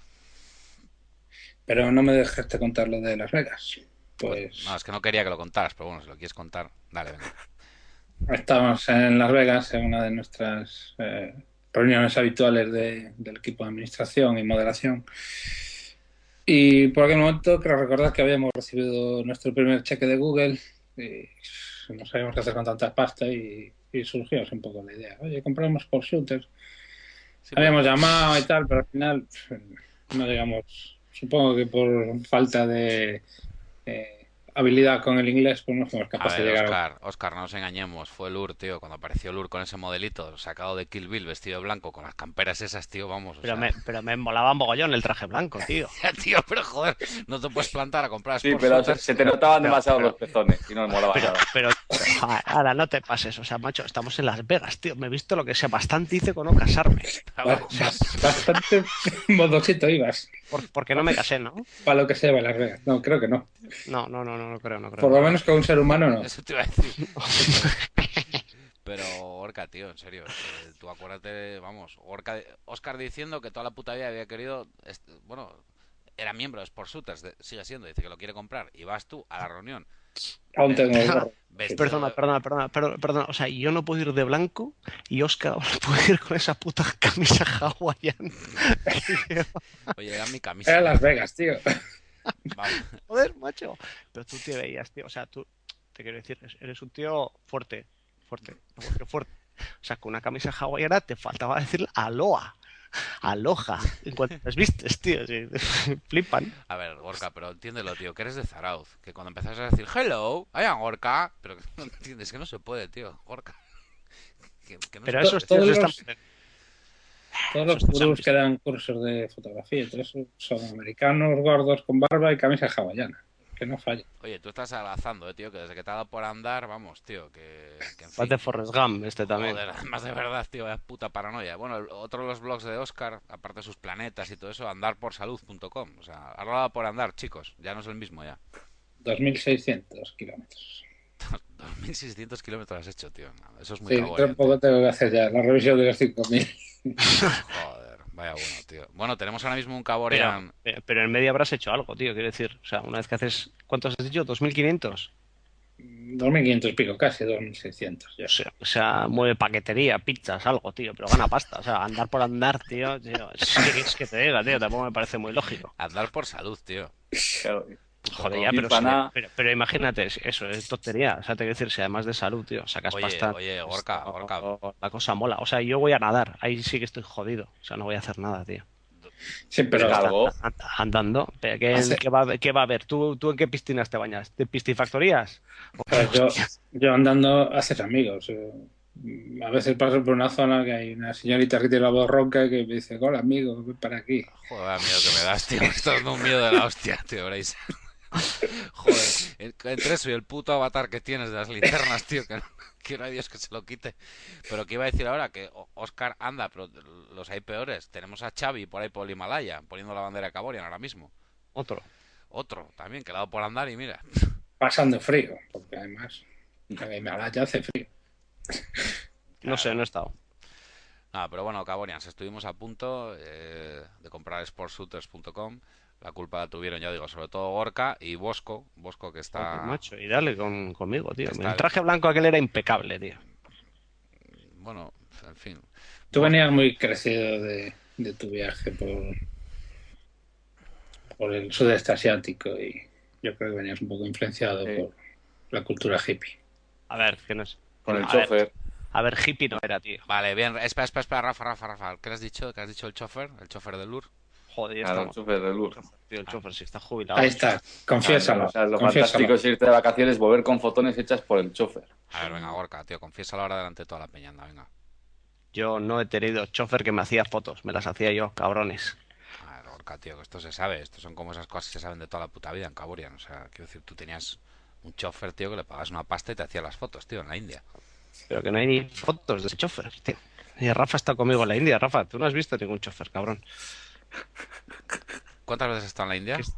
Speaker 2: Pero no me dejaste contar lo de Las Vegas. Pues
Speaker 3: No, es que no quería que lo contaras, pero bueno, si lo quieres contar, dale, venga.
Speaker 2: estamos en Las Vegas en una de nuestras eh, reuniones habituales de- del equipo de administración y moderación. Y por aquel momento creo recordar que habíamos recibido nuestro primer cheque de Google y no sabíamos qué hacer con tanta pasta y, y surgió así un poco la idea. Oye, compramos por shooters.
Speaker 3: Sí, pues.
Speaker 2: Habíamos llamado y tal, pero al final pff, no llegamos. Supongo que por falta de eh, habilidad con el inglés, pues no fuimos
Speaker 3: A
Speaker 2: capaces de
Speaker 3: ver,
Speaker 2: llegar.
Speaker 3: Oscar, Oscar, no nos engañemos, fue Lur, tío, cuando apareció Lur con ese modelito sacado de Kill Bill vestido de blanco con las camperas esas, tío, vamos. o
Speaker 4: Pero
Speaker 3: sea,
Speaker 4: me, pero me molaba mogollón el traje blanco, tío.
Speaker 3: Tío, pero joder, no te puedes plantar a comprar
Speaker 5: Sí,
Speaker 3: Sports
Speaker 5: pero se,
Speaker 3: Shooters.
Speaker 5: se te notaban
Speaker 4: pero-
Speaker 5: demasiado
Speaker 4: pero-
Speaker 5: los pezones y no me molaba
Speaker 4: Pero,
Speaker 5: nada.
Speaker 4: pero, joder, ahora no te pases. O sea, macho, estamos en Las Vegas, tío. Me he visto lo que sea. Bastante hice con no casarme.
Speaker 2: Ba- ba- Bastante modosito ibas,
Speaker 4: Por- porque no me casé, ¿no?
Speaker 2: para lo que se lleva en Las Vegas. No, creo que no.
Speaker 4: No, no, no, no, no creo, no creo.
Speaker 2: Por lo menos con un ser humano no.
Speaker 3: Eso te iba a decir. Pero, Orca, tío, en serio, eh, tú acuérdate, vamos, Orca, Oscar diciendo que toda la puta vida había querido, est- bueno, era miembro de Sports Shooters, de- sigue siendo, dice que lo quiere comprar, y vas tú a la reunión.
Speaker 2: Aún tengo el gorro.
Speaker 3: vestido
Speaker 4: Perdona,
Speaker 3: de-
Speaker 4: perdona, perdona, perdona, perdona. O sea, yo no puedo ir de blanco y Oscar puede ir con esa puta camisa hawaiana.
Speaker 3: Oye, era mi camisa.
Speaker 2: Era Las Vegas, tío.
Speaker 3: Vamos.
Speaker 4: Joder, macho. Pero tú te veías, tío. O sea, tú, te quiero decir, eres un tío fuerte, fuerte, fuerte, fuerte. O sea, con una camisa hawaiana te faltaba decir aloha, aloha. En cuanto las vistes, tío, sí, flipan.
Speaker 3: A ver, Gorka, pero entiéndelo, tío, que eres de Zarauz. Que cuando empezás a decir, hello, I am Gorka, pero que no entiendes que no se puede, tío, Gorka. Que- que no
Speaker 4: Pero
Speaker 3: se
Speaker 2: eso-
Speaker 4: esos
Speaker 2: Todos
Speaker 4: tíos
Speaker 2: los-
Speaker 4: están.
Speaker 2: Todos los gurús que dan cursos de fotografía y todo eso son americanos gordos con barba y camisa hawaiana. Que no falla.
Speaker 3: puede. Oye, tú estás alazando, eh, tío, que desde que te ha dado por andar, vamos, tío, que, que en
Speaker 4: Vas
Speaker 3: fin.
Speaker 4: de Forrest Gump, este también.
Speaker 3: Joder, además de verdad, tío, es puta paranoia. Bueno, el- otro de los blogs de Oscar, aparte de sus planetas y todo eso, andarporsalud.com. O sea, ha rodado por andar, chicos. Ya no es el mismo, ya.
Speaker 2: 2.600 kilómetros.
Speaker 3: 2.600 kilómetros has hecho, tío. No, Eso es muy
Speaker 2: Sí,
Speaker 3: cagón, eh.
Speaker 2: yo tampoco tengo que hacer ya la revisión de los 5.000.
Speaker 3: Joder, vaya bueno, tío. Bueno, tenemos ahora mismo un
Speaker 4: Pero,
Speaker 3: Caborian.
Speaker 4: eh, pero en media habrás hecho algo, tío, quiero decir. O sea, una vez que haces. ¿Cuántos has dicho? ¿2500?
Speaker 2: 2.500 y pico, casi 2.600.
Speaker 4: O
Speaker 2: ya.
Speaker 4: sea, o sea, mueve paquetería, pizzas, algo, tío, pero gana pasta. O sea, andar por andar, tío. tío es que- es que te diga, tío, tampoco me parece muy lógico.
Speaker 3: Andar por salud, tío.
Speaker 5: Claro.
Speaker 4: Joder, ya,
Speaker 5: Ni
Speaker 4: pero,
Speaker 5: pa'
Speaker 4: sí,
Speaker 5: nada.
Speaker 4: pero, pero imagínate, es- eso es tontería. O sea, te quiero decir, si además de salud, tío, sacas
Speaker 3: Oye,
Speaker 4: pasta. pues,
Speaker 3: oye,
Speaker 4: esto-
Speaker 3: Gorka, Gorka.
Speaker 4: La cosa mola. O sea, yo voy a nadar. Ahí sí que estoy jodido. O sea, no voy a hacer nada, tío.
Speaker 2: Sí, pero
Speaker 5: Claro. Algo.
Speaker 4: And- Andando. ¿Pero ¿Qué,
Speaker 2: Hace-
Speaker 4: qué va, qué va a haber? ¿Tú, ¿Tú en qué piscinas te bañas? ¿De piscifactorías?
Speaker 2: pero yo, yo andando haces amigos. eh. A veces paso por una zona que hay una señorita que tiene la voz ronca y que me dice, hola amigo, ven para aquí.
Speaker 3: Joder, vaya miedo que me das, tío. Me estás dando un miedo de la hostia, tío, Bryce. Joder, en- entre eso y el puto avatar que tienes de las linternas, tío, que no quiero a Dios que se lo quite. Pero que iba a decir ahora que O- Oscar anda, pero los hay peores. Tenemos a Xavi por ahí por el Himalaya, poniendo la bandera de Caborian ahora mismo.
Speaker 4: Otro.
Speaker 3: Otro también, que le ha dado por andar y mira.
Speaker 2: Pasando frío, porque además en el Himalaya hace frío.
Speaker 4: No sé, no he estado.
Speaker 3: Nada, pero bueno, Caborians, estuvimos a punto eh, de comprar sportshooters.com. La culpa la tuvieron, ya digo, sobre todo Gorka y Bosco. Bosco que
Speaker 5: Ah.
Speaker 3: está.
Speaker 4: Joder, Pues, macho, y dale con, conmigo, tío.
Speaker 3: Está-
Speaker 4: El traje blanco aquel era impecable, tío.
Speaker 3: Bueno, en fin.
Speaker 2: Tú venías muy crecido de, de tu viaje por, por el sudeste asiático y yo creo que venías un poco influenciado
Speaker 5: Sí.
Speaker 2: por la cultura hippie.
Speaker 4: A ver, que no es.
Speaker 5: Con el
Speaker 4: a ver,
Speaker 5: chofer.
Speaker 4: a ver, hippie no era, tío.
Speaker 3: Vale, bien, espera, espera, espera, Rafa, Rafa, Rafa. ¿Qué le has dicho? ¿Qué has dicho el chofer? El chofer de Lur.
Speaker 4: Joder, ya
Speaker 5: Claro, el
Speaker 4: estamos.
Speaker 5: chofer de luz.
Speaker 4: Tío, el chofer, si está jubilado.
Speaker 2: Ahí está,
Speaker 5: Claro,
Speaker 2: confiésalo.
Speaker 5: o sea, Ah, lo
Speaker 2: confiésalo.
Speaker 5: fantástico es irte de vacaciones, volver con fotones hechas por el chofer.
Speaker 3: A ver, venga, Gorka, tío, confiésalo ahora delante de toda la peña, anda, venga.
Speaker 4: Yo no he tenido chofer que me hacía fotos, me las hacía yo, cabrones.
Speaker 3: A ver, Gorka, tío, que esto se sabe. Esto son como esas cosas que se saben de toda la puta vida en Caborian. O sea, quiero decir, tú tenías un chofer, tío, que le pagabas una pasta y te hacía las fotos, tío, en la India.
Speaker 4: Pero que no hay ni fotos de chofer, tío. Y Rafa está conmigo en la India. Rafa, tú no has visto ningún chofer, cabrón.
Speaker 3: ¿Cuántas veces has estado en la India?
Speaker 4: ¿Qué es-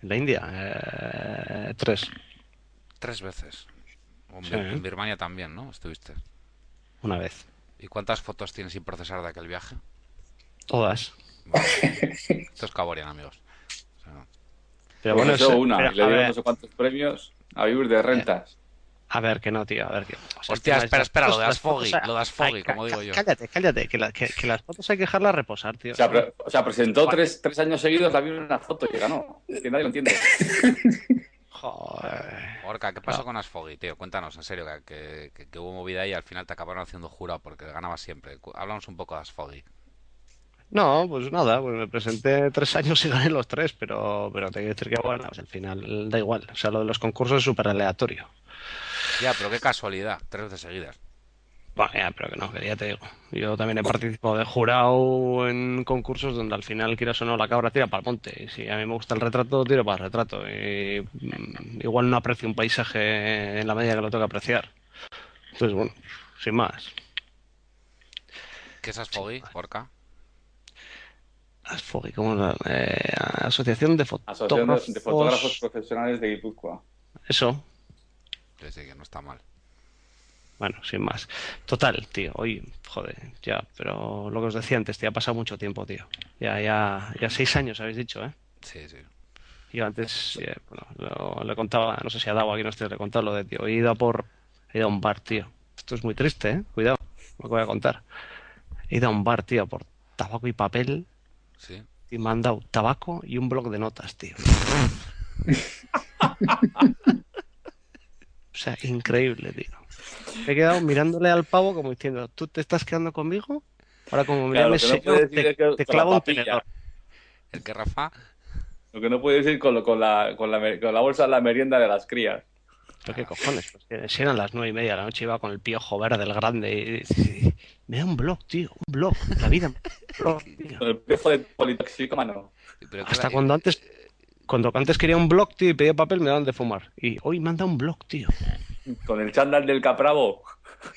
Speaker 4: En la India, eh, tres.
Speaker 3: Tres veces. O en
Speaker 4: Sí.
Speaker 3: Bir- en Birmania también, ¿no? Estuviste.
Speaker 4: Una vez.
Speaker 3: ¿Y cuántas fotos tienes sin procesar de aquel viaje?
Speaker 4: Todas.
Speaker 3: Esto es Caborian, amigos. O sea,
Speaker 5: Pues
Speaker 4: Pero bueno,
Speaker 5: eso,
Speaker 4: eso-
Speaker 5: una.
Speaker 4: pero,
Speaker 5: y le
Speaker 4: a,
Speaker 5: dieron
Speaker 4: ver,
Speaker 5: no sé cuántos premios a vivir de rentas.
Speaker 4: a ver, que no, tío. A ver, que. o sea,
Speaker 3: Hostia,
Speaker 4: el
Speaker 3: espera,
Speaker 4: tema es-
Speaker 3: espera, lo de
Speaker 4: las
Speaker 3: las Foggy,
Speaker 4: fotos, o sea,
Speaker 3: lo de las Foggy,
Speaker 4: hay- ca-
Speaker 3: como digo
Speaker 4: ca-
Speaker 3: yo.
Speaker 4: Cállate, cállate, que, la- que- que las fotos hay que dejarlas reposar, tío.
Speaker 5: O sea, pre- o sea, presentó tres, tres años seguidos la vieron en una foto y ganó. Que nadie lo entiende.
Speaker 4: Joder.
Speaker 3: Orca, ¿qué pasó con Asfogi, tío? Cuéntanos, en serio, que, que- que- que hubo movida ahí y al final te acabaron haciendo jurado porque ganabas siempre. Cu- Háblanos un poco de Asfogi.
Speaker 4: No, pues nada, pues me presenté tres años y gané los tres, pero, pero tengo que decir que bueno, pues al final da igual. O sea, lo de los concursos es súper aleatorio.
Speaker 3: Ya, pero qué casualidad, tres veces seguidas.
Speaker 4: Bueno, ya, pero que no, que ya te digo. Yo también he participado de jurado en concursos donde al final, quieras o no, la cabra tira para el monte. Y si a mí me gusta el retrato, tiro para el retrato. Y mm, igual no aprecio un paisaje en la medida que lo tengo que apreciar. Entonces, bueno, sin más.
Speaker 3: ¿Qué es Asfogi, Orca?
Speaker 4: Asfogi, ¿cómo era? Eh, Asociación de
Speaker 5: Asociación de- de,
Speaker 4: Fotógrafos.
Speaker 5: Fotógrafos Profesionales de Guipúzcoa.
Speaker 4: Eso.
Speaker 3: Sí, sí, que no está mal.
Speaker 4: Bueno, sin más. Total, tío, hoy, joder, ya, pero lo que os decía antes, tío, ha pasado mucho tiempo, tío. Ya, ya, ya seis años habéis dicho, ¿eh?
Speaker 3: Sí, sí.
Speaker 4: Yo antes, eh, bueno, lo- le contaba, no sé si a Dago aquí no estoy, le he contado lo de, tío, he ido a por, he ido a un bar, tío. Esto es muy triste, ¿eh? Cuidado, lo que voy a contar. He ido a un bar, tío, por tabaco y papel
Speaker 3: Sí.
Speaker 4: y me han dado tabaco y un bloc de notas, tío. O sea, increíble, tío. Me he quedado mirándole al pavo como diciendo, ¿tú te estás quedando conmigo? Ahora como
Speaker 5: Claro,
Speaker 4: mirarme
Speaker 5: lo que no puedes decir
Speaker 4: te,
Speaker 5: es que
Speaker 4: te
Speaker 5: te
Speaker 4: clavo
Speaker 5: la
Speaker 4: un
Speaker 5: papilla.
Speaker 4: tenedor.
Speaker 3: El que Rafa,
Speaker 5: Lo que no puedes ir con, lo- con, la, con, la, mer- con la bolsa de la merienda de las crías.
Speaker 4: Pero qué cojones, pues, que si eran las nueve y media de la noche, iba con el piojo verde, el grande, y, y- y- me da un blog, tío, un blog, la vida, me da un blog, tío.
Speaker 5: Con el piojo de politoxicómano.
Speaker 3: pero que
Speaker 4: Hasta
Speaker 3: era-
Speaker 4: cuando antes, cuando antes quería un blog, tío, y pedía papel, me daban de fumar. Y hoy me han dado un blog, tío.
Speaker 5: Con el chándal del capravo.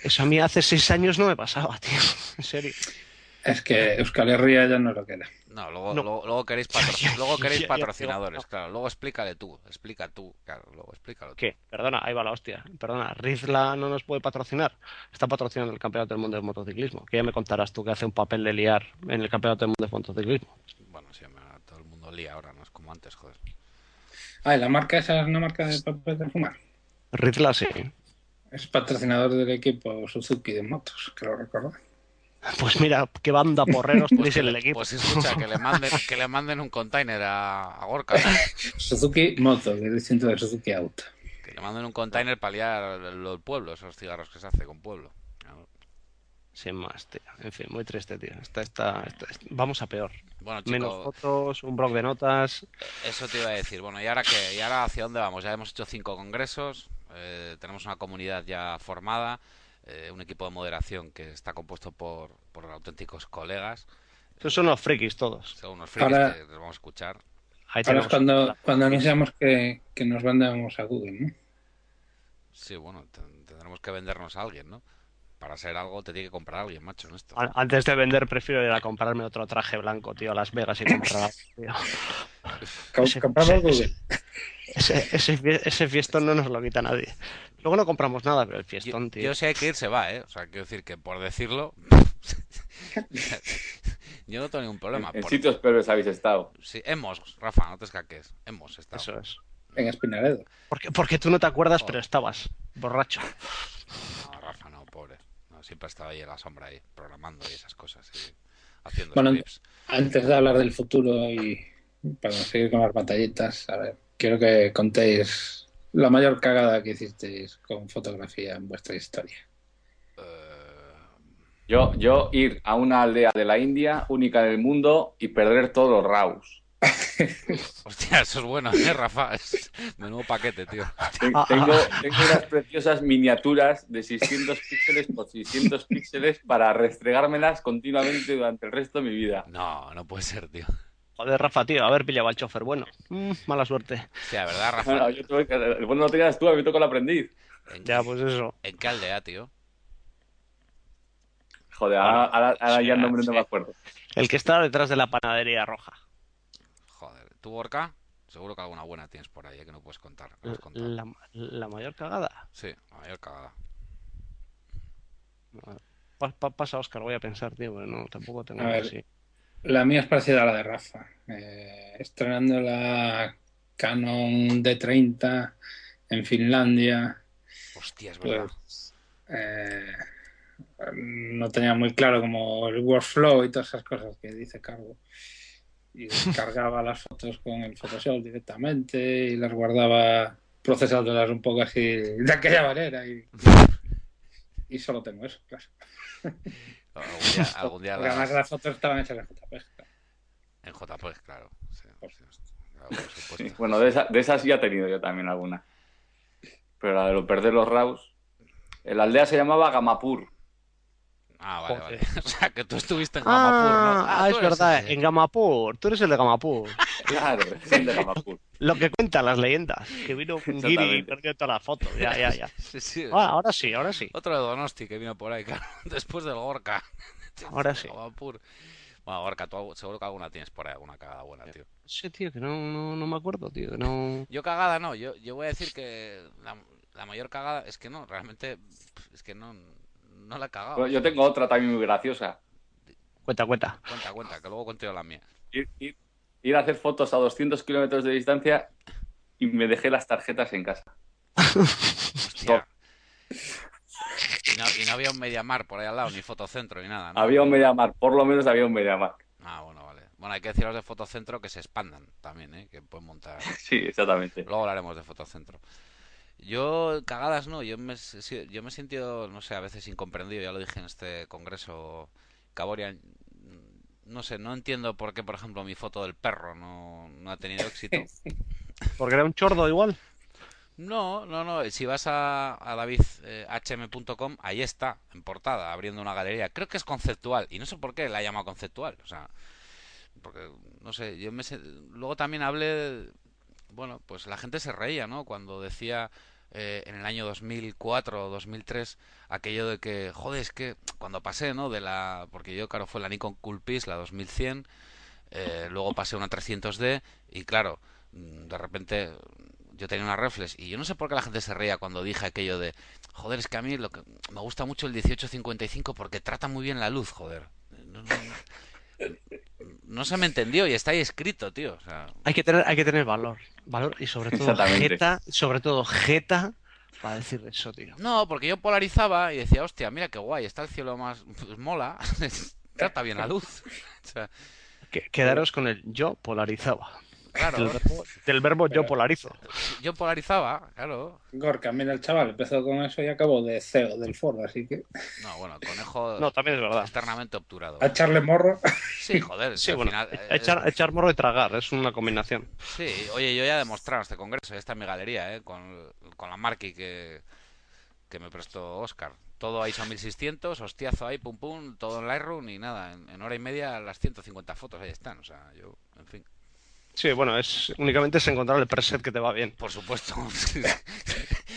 Speaker 4: Eso a mí hace seis años no me pasaba, tío, en serio.
Speaker 2: Es que Euskal Herria ya no lo queda.
Speaker 3: No, luego,
Speaker 4: No.
Speaker 3: luego, luego queréis, patro-
Speaker 4: Ya, ya,
Speaker 3: luego
Speaker 4: ya,
Speaker 3: queréis
Speaker 4: ya, ya,
Speaker 3: patrocinadores,
Speaker 4: ya.
Speaker 3: claro. Luego explícale tú, explica tú, claro, luego explícalo tú.
Speaker 4: ¿Qué? Perdona, ahí va la hostia. Perdona, Rizla no nos puede patrocinar. Está patrocinando el Campeonato del Mundo de Motociclismo. Que ya me contarás tú que hace un papel de liar en el Campeonato del Mundo de Motociclismo.
Speaker 3: Bueno, sí, me- todo el mundo lía ahora, no es como antes, joder.
Speaker 2: Ah, ¿y la marca esa es una marca de papel de fumar.
Speaker 4: Rizla sí.
Speaker 2: Es patrocinador del equipo Suzuki de motos, creo recordar.
Speaker 4: Pues mira, qué banda porreros tenéis en el equipo.
Speaker 3: Pues escucha, que le manden, que le manden un container a, a Gorka, ¿no?
Speaker 2: Suzuki Moto, que es distinto de Suzuki Auto.
Speaker 3: que le manden un container para liar los pueblos, esos cigarros que se hace con pueblo. Claro.
Speaker 4: Sin más, tío. En fin, muy triste, tío. Esta, esta, esta- esta- Vamos a peor.
Speaker 3: Bueno, chicos,
Speaker 4: Menos fotos, un blog de notas.
Speaker 3: eso te iba a decir. Bueno, ¿y ahora qué? ¿Y ahora hacia dónde vamos? Ya hemos hecho cinco congresos, eh, tenemos una comunidad ya formada, eh, un equipo de moderación que está compuesto por, por auténticos colegas,
Speaker 4: Estos son los frikis todos.
Speaker 3: son unos frikis
Speaker 2: Ahora-
Speaker 3: que les vamos a escuchar.
Speaker 4: Pues, Ahí
Speaker 2: Ahora es
Speaker 4: tenemos.
Speaker 2: cuando, cuando anunciamos que, que nos mandamos a Google, ¿no?
Speaker 3: Sí, bueno, ten- tendremos que vendernos a alguien, ¿no? Para ser algo te tiene que comprar alguien, macho, en esto.
Speaker 4: An- Antes de vender, prefiero ir a comprarme otro traje blanco, tío, a Las Vegas y comprar algo, tío.
Speaker 2: Com-
Speaker 4: Ese-
Speaker 2: Compramos
Speaker 4: ese-
Speaker 2: Google.
Speaker 4: Ese, ese, fie- ese fiestón no nos lo quita nadie. Luego no compramos nada, pero el
Speaker 3: Yo,
Speaker 4: fiestón, tío.
Speaker 3: yo si hay que ir, se va, ¿eh? O sea, quiero decir que por decirlo. yo no tengo ningún problema.
Speaker 5: En
Speaker 3: por-
Speaker 5: sitios peores habéis estado.
Speaker 3: Sí, hemos, Rafa, no te escaques. Hemos estado.
Speaker 4: Eso es.
Speaker 2: En Espinaredo.
Speaker 4: Porque, porque tú no te acuerdas,
Speaker 3: Oh.
Speaker 4: pero estabas borracho.
Speaker 3: No, Rafa, no, pobre. No, siempre he estado ahí en la sombra, ahí, programando y esas cosas. y haciendo
Speaker 2: Bueno,
Speaker 3: scripts.
Speaker 2: Antes de hablar del futuro y para seguir con las batallitas, a ver, quiero que contéis la mayor cagada que hicisteis con fotografía en vuestra historia.
Speaker 3: Eh,
Speaker 5: Yo, yo ir a una aldea de la India, única en el mundo, y perder todos los raus.
Speaker 3: hostia, eso es bueno, ¿eh, Rafa? Es- Menudo paquete, tío.
Speaker 5: Ten-
Speaker 4: Ah, ah,
Speaker 5: Tengo, tengo unas preciosas miniaturas de 600 píxeles por 600 píxeles para restregármelas continuamente durante el resto de mi vida.
Speaker 3: No, no puede ser, tío.
Speaker 4: Joder, Rafa, tío, haber pillado al chofer. Bueno, Mm, mala suerte.
Speaker 3: Hostia, ¿verdad, Rafa?
Speaker 5: Bueno, yo tuve que- el bueno no tenías tú, a mí me tocó el aprendiz.
Speaker 3: ¿En,
Speaker 4: Ya, pues eso.
Speaker 3: ¿En qué aldea, tío?
Speaker 5: Joder, ahora, ahora- ahora ya no, me- no
Speaker 4: Sí.
Speaker 5: me acuerdo.
Speaker 4: El que está detrás de la panadería roja.
Speaker 3: Joder, ¿tú, Orca? Seguro que alguna buena tienes por ahí ¿eh? que no puedes contar. que no has contado.
Speaker 4: La, la mayor cagada.
Speaker 3: Sí, la mayor cagada.
Speaker 4: Pa- pa- pasa, Oscar, voy a pensar, tío, pero no, tampoco tengo
Speaker 2: A ver.
Speaker 4: así.
Speaker 2: La mía es parecida a la de Rafa. Eh, estrenando la Canon D30 en Finlandia.
Speaker 3: Hostia, es verdad.
Speaker 2: pues, eh, no tenía muy claro como el workflow y todas esas cosas que dice Cargo. Y descargaba las fotos con el Photoshop directamente y las guardaba procesándolas un poco así de aquella manera y, y solo tengo eso, claro.
Speaker 3: Algún día, algún día
Speaker 2: Porque
Speaker 3: las-
Speaker 2: además las fotos estaban hechas en JPG.
Speaker 3: en JPEG, claro. Sí, sí, claro, por supuesto.
Speaker 5: Bueno, de, esa- de esas ya he tenido yo también alguna. Pero la de lo perder los raus. eh, La aldea se llamaba Gamapur.
Speaker 3: Ah, vale,
Speaker 4: Joder.
Speaker 3: vale. O sea, que tú estuviste en Gamapur,
Speaker 4: Ah,
Speaker 3: ¿no?
Speaker 4: ah,
Speaker 3: tú
Speaker 4: es
Speaker 3: eres
Speaker 4: verdad,
Speaker 3: ese.
Speaker 4: en Gamapur. Tú eres el de Gamapur.
Speaker 5: Claro, son de Gamapur.
Speaker 4: Lo que cuentan las leyendas. Que vino un guiri y
Speaker 5: Exactamente.
Speaker 4: perdió todas las fotos. Ya, ya, ya.
Speaker 3: Sí, sí.
Speaker 4: Ah, ahora sí, ahora sí.
Speaker 3: Otro de Donosti que vino por ahí, claro, después del Gorka.
Speaker 4: Ahora sí.
Speaker 3: Gamapur. Bueno, Gorka, tú algo- seguro que alguna tienes por ahí, alguna cagada buena, tío.
Speaker 4: Sí, tío, que no, no, no me acuerdo, tío. que No...
Speaker 3: Yo cagada no, yo, yo voy a decir que la, la mayor cagada es que no, realmente pf, es que no, no la he cagado.
Speaker 5: Bueno, Yo tengo otra también muy graciosa.
Speaker 4: Cuenta, cuenta.
Speaker 3: Cuenta, cuenta, que luego conté yo la mía.
Speaker 5: Ir, ir- ir a hacer fotos a 200 kilómetros de distancia y me dejé las tarjetas en casa.
Speaker 3: Hostia. Y no, y no había un Mediamar por ahí al lado, ni Fotocentro, ni nada. ¿no?
Speaker 5: Había un Mediamar, por lo menos había un Mediamar.
Speaker 3: Ah, bueno, vale. Bueno, hay que decir a los de Fotocentro que se expandan también, ¿eh? Que pueden montar.
Speaker 5: Sí, exactamente.
Speaker 3: Luego hablaremos de Fotocentro. Yo, cagadas no, yo me, he si- yo me he sentido, no sé, a veces incomprendido, ya lo dije en este congreso, Caboria, no sé, no entiendo por qué, por ejemplo, mi foto del perro no, no ha tenido éxito.
Speaker 4: Porque era un chordo igual.
Speaker 3: No, no, no, si vas a, a eh, davidhm.com, ahí está, en portada, abriendo una galería. Creo que es conceptual, y no sé por qué la llama conceptual, o sea, porque, no sé, yo me... sé- Luego también hablé, bueno, pues la gente se reía, ¿no? Cuando decía eh, en el año 2004 o 2003 aquello de que, joder, es que cuando pasé, ¿no? De la... Porque yo, claro, fue la Nikon Coolpix, la 2100, eh, luego pasé a una 300D y claro, mm, de repente yo tenía una reflex y yo no sé por qué la gente se reía cuando dije aquello de, joder, es que a mí lo que me gusta mucho el 1855 porque trata muy bien la luz, joder. No, no, no. No se me entendió y está ahí escrito, tío. o sea,
Speaker 4: Hay que tener, hay que tener valor. Valor y sobre todo
Speaker 5: Exactamente.
Speaker 4: jeta, sobre todo jeta para decir eso, tío.
Speaker 3: No, porque yo polarizaba y decía, hostia, mira qué guay, está el cielo más pues, mola, trata bien la luz. O sea,
Speaker 4: Que- quedaros con el yo polarizaba. Del
Speaker 3: claro,
Speaker 4: verbo, del verbo yo
Speaker 2: Pero-
Speaker 4: polarizo.
Speaker 3: yo polarizaba, claro.
Speaker 2: Gorka, mira, el chaval empezó con eso y acabó de CEO del foro, así que
Speaker 3: No, bueno, conejo
Speaker 4: No, también es verdad.
Speaker 3: externamente obturado.
Speaker 2: a echarle morro.
Speaker 3: Sí, joder, si
Speaker 4: Sí,
Speaker 3: al
Speaker 4: bueno,
Speaker 3: final, eh,
Speaker 4: echar, echar morro y tragar, es una combinación.
Speaker 3: Sí, oye, yo ya he demostrado en este congreso, esta es mi galería, ¿eh? con, con la Marquis que, que me prestó Oscar. Todo ahí son 1600, hostiazo ahí, pum pum, todo en Lightroom y nada, en, en hora y media las 150 fotos ahí están, o sea, yo, en fin.
Speaker 4: Sí, bueno, es únicamente es encontrar el preset que te va bien.
Speaker 3: Por supuesto.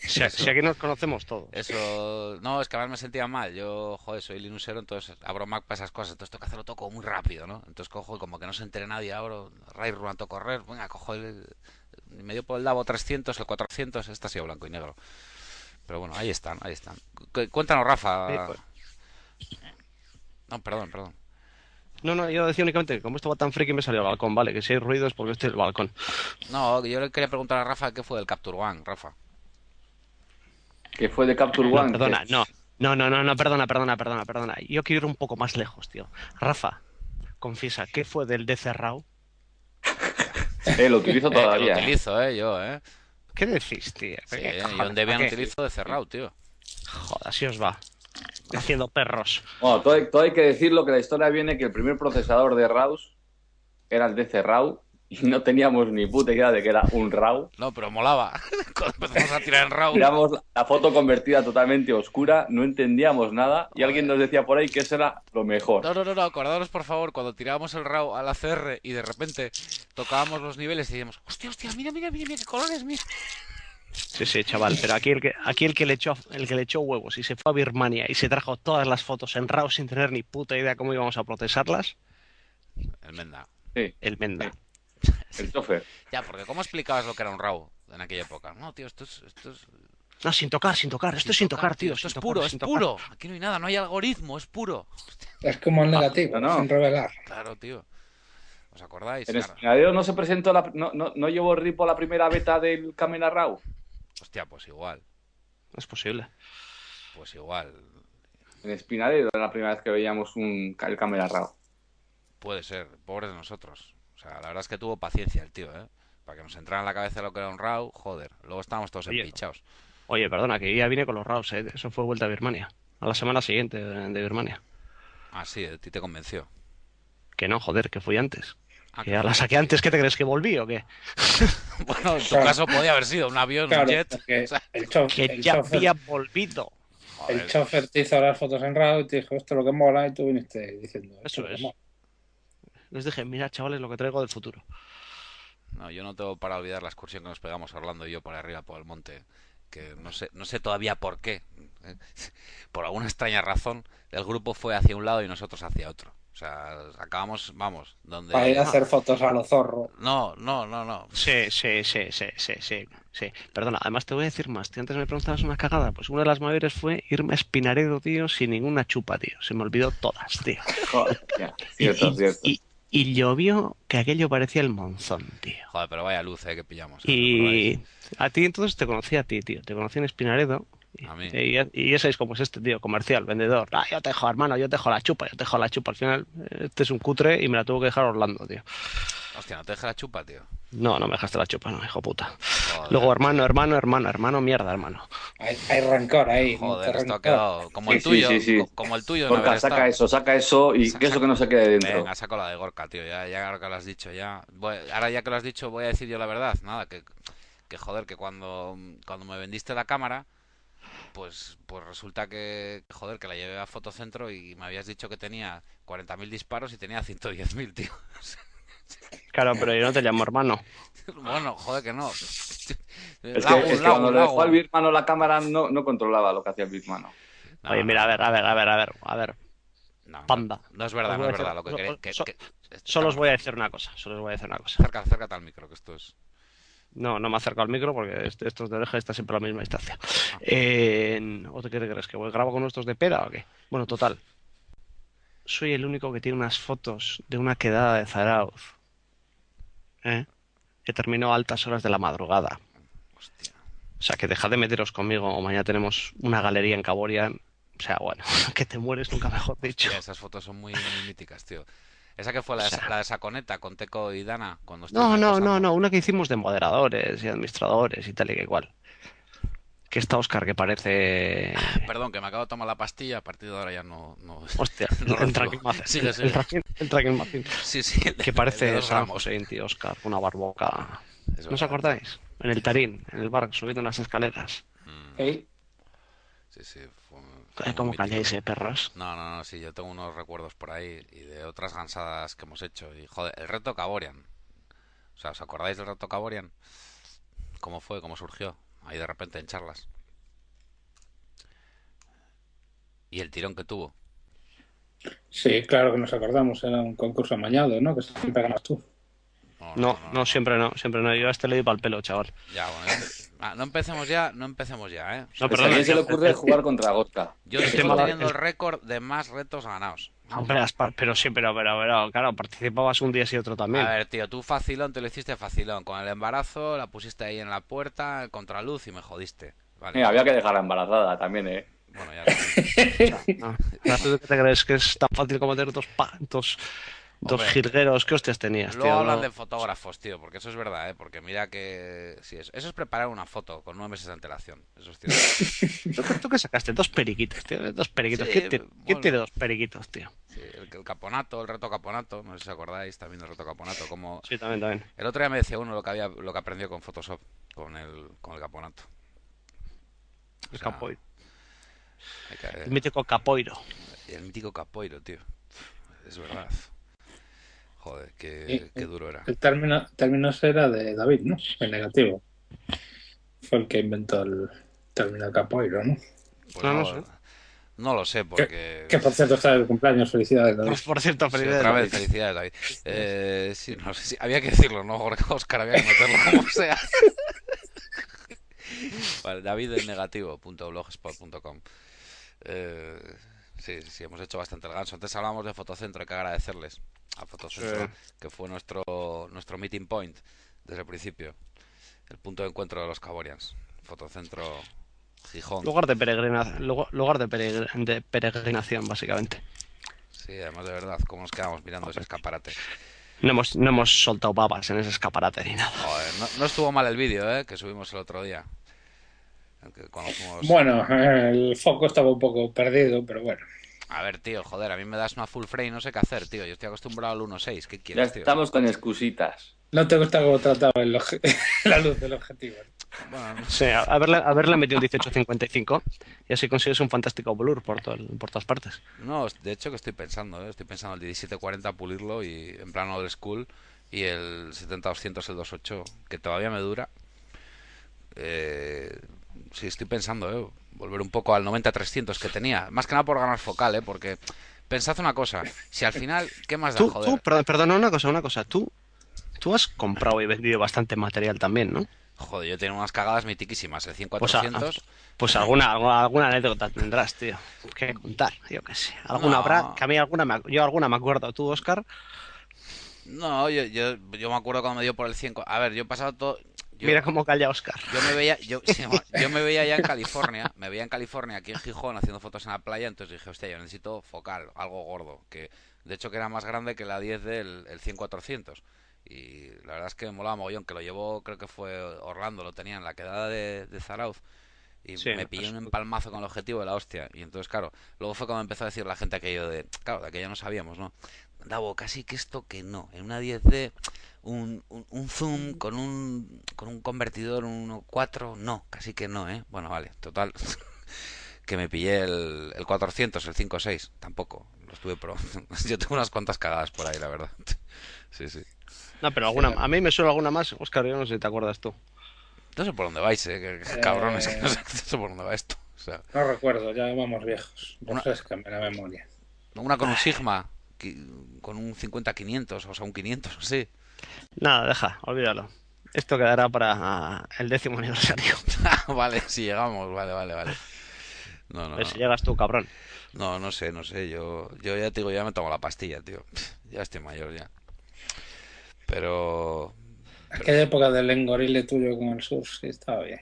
Speaker 4: Si, si aquí nos conocemos todos.
Speaker 3: Eso, no, es que además me sentía mal. Yo, joder, soy linuxero, entonces abro Mac para esas cosas. Entonces tengo que hacerlo todo como muy rápido, ¿no? Entonces cojo y como que no se entere nadie, abro Railroad a todo correr, venga, cojo el... y Me dio por el Davo 300, el 400, esta ha sido blanco y negro. Pero bueno, ahí están, ahí están. Cu- Cuéntanos,
Speaker 4: Eh,
Speaker 3: Rafa.
Speaker 4: pues-
Speaker 3: No, perdón, perdón.
Speaker 4: No, no, yo decía únicamente que como esto va tan friki me salió al balcón, vale, que si hay ruido es porque estoy en el balcón.
Speaker 3: No, yo le quería preguntar a Rafa qué fue del Capture One, Rafa.
Speaker 5: Que fue de Capture
Speaker 4: No,
Speaker 5: One.
Speaker 4: perdona,
Speaker 5: que-
Speaker 4: no, no, no, no, no, perdona, perdona, perdona, perdona. Yo quiero ir un poco más lejos, tío. Rafa, confiesa, ¿qué fue del DC Raw?
Speaker 5: Eh, lo utilizo
Speaker 3: Eh, que
Speaker 5: todavía.
Speaker 3: lo
Speaker 5: eh.
Speaker 3: utilizo, eh, yo en
Speaker 4: ¿Qué decís, tío?
Speaker 3: Sí,
Speaker 4: ¿Qué
Speaker 3: eh, yo
Speaker 4: cojones?
Speaker 3: en Debian
Speaker 4: ¿Para qué?
Speaker 3: utilizo de cerrado, tío.
Speaker 4: Joder, así os va. Haciendo perros.
Speaker 5: Bueno, todo, hay- todo hay que decirlo que la historia viene que el primer procesador de RAWs era el DC RAW y no teníamos ni puta idea de que era un RAW.
Speaker 3: No, pero molaba. Cuando empezamos a tirar en RAW.
Speaker 5: Miramos la- la foto convertida totalmente oscura, no entendíamos nada y alguien nos decía por ahí que eso era lo mejor.
Speaker 3: No, no, no, no, acordaros por favor, cuando tirábamos el RAW a la CR y de repente tocábamos los niveles y decíamos, hostia, hostia, mira, mira, mira, mira qué colores, mira.
Speaker 4: Sí, sí, chaval, pero aquí el que, aquí el que le echó el que le echó huevos y se fue a Birmania y se trajo todas las fotos en RAW sin tener ni puta idea cómo íbamos a procesarlas,
Speaker 3: El Menda.
Speaker 5: Sí,
Speaker 4: el Menda.
Speaker 5: el chofer.
Speaker 3: Ya, porque ¿cómo explicabas lo que era un RAW en aquella época? No, tío, esto es, esto es,
Speaker 4: No, sin tocar, sin tocar, esto es sin tocar, tío.
Speaker 3: esto
Speaker 4: sin
Speaker 3: es
Speaker 4: tocar,
Speaker 3: puro, es
Speaker 4: sin tocar.
Speaker 3: puro. Aquí no hay nada, no hay algoritmo, es puro.
Speaker 2: Es como
Speaker 4: Ah,
Speaker 2: el negativo,
Speaker 5: no, no.
Speaker 2: sin revelar.
Speaker 3: Claro, tío. ¿Os acordáis?
Speaker 5: En
Speaker 3: Claro.
Speaker 5: Espinadero no se presentó, la, no, no, no llevó Ripo la primera beta del Camera RAW.
Speaker 3: Hostia, pues igual,
Speaker 4: No es posible.
Speaker 3: pues igual.
Speaker 5: En Espinadero era la primera vez que veíamos un, ca- el Camera RAW.
Speaker 3: Puede ser, pobres de nosotros. O sea, la verdad es que tuvo paciencia el tío, ¿eh? Para para que nos entrara en la cabeza lo que era un RAW, joder. Luego estábamos todos
Speaker 4: Oye.
Speaker 3: empichados.
Speaker 4: Oye, perdona, que ya vine con los Raus, ¿eh? Eso fue vuelta a Birmania. A la semana siguiente de, de Birmania.
Speaker 3: Ah, sí, a ti te convenció.
Speaker 4: Que no, joder, que fui antes.
Speaker 3: Ah,
Speaker 4: que
Speaker 3: que-
Speaker 4: ya la saqué antes, ¿qué te crees que volví o qué?
Speaker 3: Bueno, en tu
Speaker 2: Claro.
Speaker 3: caso podía haber sido un avión, un
Speaker 2: Claro,
Speaker 3: jet.
Speaker 2: porque
Speaker 3: o sea,
Speaker 2: el, chof-
Speaker 4: Que
Speaker 2: el
Speaker 4: ya
Speaker 2: chofer,
Speaker 4: había volvido.
Speaker 3: joder.
Speaker 2: el chofer te hizo las fotos en RAW y te dijo esto es lo que mola y tú viniste diciendo
Speaker 4: Eso
Speaker 2: "Esto lo que
Speaker 4: es.
Speaker 2: mola".
Speaker 4: Les dije, mira, chavales, lo que traigo del futuro.
Speaker 3: No, yo no tengo para olvidar la excursión que nos pegamos Orlando y yo por arriba por el monte, que no sé, no sé todavía por qué, ¿eh? por alguna extraña razón, el grupo fue hacia un lado y nosotros hacia otro. O sea, acabamos, vamos, donde
Speaker 2: para ir a hacer fotos a los zorros.
Speaker 3: no, no, no, no.
Speaker 4: Sí, sí, sí, sí, sí, sí, sí. Perdona, además te voy a decir más. Tú antes me preguntabas una cagada. Pues una de las mayores fue irme a Espinaredo, tío, sin ninguna chupa, tío. Se me olvidó todas, tío.
Speaker 5: Joder, ya, cierto,
Speaker 4: y,
Speaker 5: cierto.
Speaker 4: y- y llovió que aquello parecía el monzón, tío.
Speaker 3: Joder, pero vaya luz, ¿eh? que pillamos. ¿eh?
Speaker 4: Y a ti entonces te conocí a ti, tío. Te conocí en Espinaredo. Y-
Speaker 3: A mí.
Speaker 4: Y, ya- y ya sabéis cómo es este tío, comercial, vendedor. Ah, yo te dejo, hermano, yo te dejo la chupa, yo te dejo la chupa. Al final, este es un cutre y me la tuvo que dejar Orlando, tío.
Speaker 3: Hostia, no te deja la chupa, tío.
Speaker 4: No, no me dejaste la chupa, no, hijo puta.
Speaker 3: Joder,
Speaker 4: Luego, hermano, hermano, hermano, hermano, mierda, hermano.
Speaker 2: Hay, hay rencor ahí.
Speaker 3: joder,
Speaker 2: mucho
Speaker 3: esto ha
Speaker 2: rencor.
Speaker 3: quedado como el
Speaker 5: Sí, sí,
Speaker 3: tuyo,
Speaker 5: sí, sí.
Speaker 3: co- como el tuyo. no
Speaker 5: Gorka,
Speaker 3: haber
Speaker 5: saca
Speaker 3: estado.
Speaker 5: eso, saca eso y que eso que no se quede dentro.
Speaker 3: Venga, saco la de Gorka, tío. Ya, ya ahora que lo has dicho, ya. Voy- ahora ya que lo has dicho, voy a decir yo la verdad. Nada, que, que joder, que cuando, cuando me vendiste la cámara, pues, pues resulta que, joder, que la llevé a Fotocentro y me habías dicho que tenía 40.000 disparos y tenía 110.000, tío.
Speaker 4: Claro, pero yo no te llamo hermano.
Speaker 3: bueno, joder, que no.
Speaker 5: Es que,
Speaker 3: Lago,
Speaker 5: es que
Speaker 3: lago,
Speaker 5: cuando le dejó
Speaker 3: lago.
Speaker 5: al birmano la cámara no, no controlaba lo que hacía el birmano.
Speaker 3: No,
Speaker 4: Oye,
Speaker 3: no,
Speaker 4: mira, a ver, a ver, a ver, a ver, a ver.
Speaker 3: no, no,
Speaker 4: panda.
Speaker 3: No, es verdad,
Speaker 4: Os
Speaker 3: no
Speaker 4: voy
Speaker 3: es
Speaker 4: a decir-
Speaker 3: verdad. Lo que,
Speaker 4: so-
Speaker 3: queréis- que-
Speaker 4: so-
Speaker 3: que-
Speaker 4: Solo os voy a decir una cosa, solo os voy a decir una cosa.
Speaker 3: Acerca- acércate al micro, que esto es.
Speaker 4: No, no me acerco al micro porque este- estos de oreja están siempre a la misma distancia.
Speaker 3: Ah.
Speaker 4: Eh, ¿O te- qué te crees? ¿Que voy- grabo con estos de peda o qué? Bueno, total. Soy el único que tiene unas fotos de una quedada de Zarauz. ¿eh? Que terminó a altas horas de la madrugada.
Speaker 3: Hostia.
Speaker 4: O sea, que dejad de meteros conmigo o mañana tenemos una galería en Caboria. O sea, bueno, que te mueres nunca mejor dicho.
Speaker 3: Hostia, esas fotos son muy, muy míticas, tío. Esa que fue la,
Speaker 4: O
Speaker 3: de-
Speaker 4: sea-
Speaker 3: la de Saconeta con Teco y Dana. Cuando
Speaker 4: No,
Speaker 3: estuvimos
Speaker 4: no,
Speaker 3: pasando.
Speaker 4: no, no, una que hicimos de moderadores y administradores y tal y que igual. Que está Oscar que parece...
Speaker 3: Perdón, que me acabo de tomar la pastilla. A partir de ahora ya no. no...
Speaker 4: Hostia,
Speaker 3: No
Speaker 4: el
Speaker 3: recibo.
Speaker 4: tracking Mafia.
Speaker 3: Sigue, sigue.
Speaker 4: El tracking- el tracking Mafia.
Speaker 3: Sí, sí. el de-
Speaker 4: Que
Speaker 3: el de
Speaker 4: parece
Speaker 3: dos
Speaker 4: San
Speaker 3: gramos.
Speaker 4: José en tío Oscar, una barboca.
Speaker 3: Es
Speaker 4: ¿No os
Speaker 3: verdad.
Speaker 4: acordáis? En el Tarín, en el bar, subiendo unas escaleras.
Speaker 3: Mm,
Speaker 2: ¿Eh?
Speaker 3: Sí, sí. Fue, fue
Speaker 4: Eh,
Speaker 3: muy
Speaker 4: ¿Cómo
Speaker 3: mítico.
Speaker 4: calláis, eh, perros?
Speaker 3: No, no, no, sí, yo tengo unos recuerdos por ahí y de otras gansadas que hemos hecho. Y joder, el reto Caborian. O sea, ¿os acordáis del reto Caborian? ¿Cómo fue? ¿Cómo surgió? Ahí de repente en charlas. Y el tirón que tuvo.
Speaker 2: Sí, claro que nos acordamos. Era un concurso amañado, ¿no? Que siempre ganas tú.
Speaker 4: No, no, siempre no, siempre no. Yo a este le doy para el pelo, chaval.
Speaker 3: Ya, bueno, ya te- Ah, no empecemos ya, no empecemos ya, ¿eh?
Speaker 4: No,
Speaker 5: Pues
Speaker 4: perdona,
Speaker 5: a quién se le
Speaker 4: yo-
Speaker 5: ocurre
Speaker 4: el-
Speaker 5: jugar contra Gorka.
Speaker 3: Yo
Speaker 4: El
Speaker 3: estoy
Speaker 4: tema-
Speaker 3: teniendo
Speaker 4: el-
Speaker 3: el récord de más retos ganados.
Speaker 4: Hombre, Aspar, pero sí, pero, pero, pero, claro, participabas un día sí otro
Speaker 3: A
Speaker 4: también.
Speaker 3: ver, tío, tú facilón, te lo hiciste facilón. Con el embarazo la pusiste ahí en la puerta, contra luz y me jodiste. Vale.
Speaker 5: Mira, Eh, había que dejarla embarazada también, ¿eh?
Speaker 3: Bueno, ya. está.
Speaker 4: Ah, ¿Tú qué te crees que es tan fácil como tener dos pa- dos, dos
Speaker 3: Hombre.
Speaker 4: jilgueros? ¿Qué hostias tenías, tío?
Speaker 3: Luego hablan
Speaker 4: No.
Speaker 3: de fotógrafos, tío, porque eso es verdad, ¿eh? Porque mira que... Sí, eso, eso es preparar una foto con nueve meses de antelación. Eso es cierto.
Speaker 4: ¿Tú qué sacaste? Dos periquitos, tío. Dos periquitos.
Speaker 3: Sí,
Speaker 4: ¿Quién, te-
Speaker 3: bueno.
Speaker 4: quién tiene dos periquitos, tío?
Speaker 3: Sí, el, el caponato, el reto caponato, no sé si os acordáis también del reto caponato. Como...
Speaker 4: Sí, también, también.
Speaker 3: El otro día me decía uno lo que, había, lo que aprendió con Photoshop, con el, con el caponato.
Speaker 4: El
Speaker 3: sea,
Speaker 4: capoeiro.
Speaker 3: Hay que-
Speaker 4: El mítico capoiro.
Speaker 3: Y el mítico capoiro, tío. Es verdad. Joder, qué,
Speaker 2: Sí.
Speaker 3: qué duro era.
Speaker 2: El término, término era de David, ¿no? El negativo. Fue el que inventó el término capoeiro, ¿no?
Speaker 3: Pues
Speaker 4: No, no sé.
Speaker 3: no lo sé, porque.
Speaker 2: Que por cierto está de cumpleaños. Felicidades, David.
Speaker 4: Pues, por cierto,
Speaker 3: Sí,
Speaker 4: felicidades.
Speaker 3: otra vez, felicidades, David. Eh, sí, no sé si- había que decirlo, ¿no? Jorge Oscar, había que meterlo como sea. Vale, David el negativo, punto blogspot.com. Eh, sí, sí, hemos hecho bastante el ganso. Antes hablábamos de Fotocentro, hay que agradecerles a Fotocentro, que fue nuestro, nuestro meeting point desde el principio. El punto de encuentro de los Caborians. Fotocentro Gijón.
Speaker 4: Lugar de peregrinación, lugar de, peregr- de peregrinación, básicamente.
Speaker 3: Sí, además de verdad, cómo nos quedamos mirando ese escaparate.
Speaker 4: No hemos, no hemos soltado babas en ese escaparate ni nada.
Speaker 3: Joder, no, no estuvo mal el vídeo, ¿eh? Que subimos el otro día. El que- cuando fuimos-
Speaker 2: Bueno, eh, el foco estaba un poco perdido, pero bueno.
Speaker 3: A ver, tío, joder, a mí me das una full frame, no sé qué hacer, tío. Yo estoy acostumbrado al 1.6, ¿qué
Speaker 5: Ya
Speaker 3: quieres, tío?
Speaker 5: estamos con excusitas.
Speaker 2: No te gusta cómo trataba el oje- la luz del objetivo.
Speaker 3: Bueno, no sé.
Speaker 4: Sí, a- haberle, haberle metido un 1855 y así consigues un fantástico blur por, todo el- por todas partes.
Speaker 3: No, de hecho que estoy pensando, ¿eh? Estoy pensando el 1740 pulirlo y en plan old school y el 70-200, el 28 que todavía me dura. Eh, sí, estoy pensando, ¿eh? Volver un poco al 90-300 que tenía. Más que nada por ganar focal, ¿eh? Porque pensad una cosa, si al final, ¿qué más da,
Speaker 4: Tú,
Speaker 3: joder?
Speaker 4: tú, perdón, perdona, una cosa, una cosa. Tú, tú has comprado y vendido bastante material también, ¿no?
Speaker 3: Joder, yo tengo unas cagadas mitiquísimas, ¿eh? el
Speaker 4: Pues, a-
Speaker 3: 5400.
Speaker 4: pues alguna, alguna, alguna anécdota tendrás, tío. Que contar, yo qué sé.
Speaker 3: No.
Speaker 4: Alguna habrá, que a mí alguna, me ac- yo alguna me acuerdo. Tú, Oscar,
Speaker 3: No, yo, yo, yo me acuerdo cuando me dio por el 100. A ver, yo he pasado todo. yo-
Speaker 4: mira cómo calla Oscar.
Speaker 3: Yo me veía, yo, sí, bueno, yo me veía ya en California, me veía en California, aquí en Gijón, haciendo fotos en la playa, entonces dije, hostia, yo necesito focal, algo gordo, que de hecho que era más grande que la 10 del el 100-400. Y la verdad es que me molaba mogollón, que lo llevó, creo que fue Orlando, lo tenía en la quedada de, de Zarauz. Y
Speaker 4: Sí,
Speaker 3: me
Speaker 4: me
Speaker 3: pillé
Speaker 4: pasó.
Speaker 3: un empalmazo con el objetivo de la hostia. Y entonces, claro, luego fue cuando empezó a decir la gente aquello de, claro, de aquello no sabíamos, ¿no? Davo, casi que esto que no. En una 10D, un, un, un zoom con un, con un convertidor, un 1.4, no, casi que no, ¿eh? Bueno, vale, total. que me pillé el, el 400, el 5.6, tampoco. Lo estuve pro. Yo tengo unas cuantas cagadas por ahí, la verdad. sí, sí.
Speaker 4: No, pero alguna, a mí me suena alguna más. Oscar, yo no sé si te acuerdas tú.
Speaker 3: No sé por dónde vais, ¿eh? Que- que Cabrones, que no sé, no sé por dónde va esto. O sea,
Speaker 2: No recuerdo, ya vamos viejos.
Speaker 3: Una-
Speaker 2: Refrescame la memoria.
Speaker 3: una con un Sigma, qui- con un 50-500, o sea, un 500, sí.
Speaker 4: Nada, deja, olvídalo. Esto quedará para ah, el décimo aniversario.
Speaker 3: Ah, vale, si llegamos, vale, vale, vale. No,
Speaker 4: A
Speaker 3: no,
Speaker 4: ver si
Speaker 3: no.
Speaker 4: llegas tú, cabrón.
Speaker 3: No, no sé, no sé. Yo, yo ya te digo, ya me tomo la pastilla, tío. Ya estoy mayor ya. Pero
Speaker 2: Aquella época del engorile tuyo con el sur, sí, estaba bien.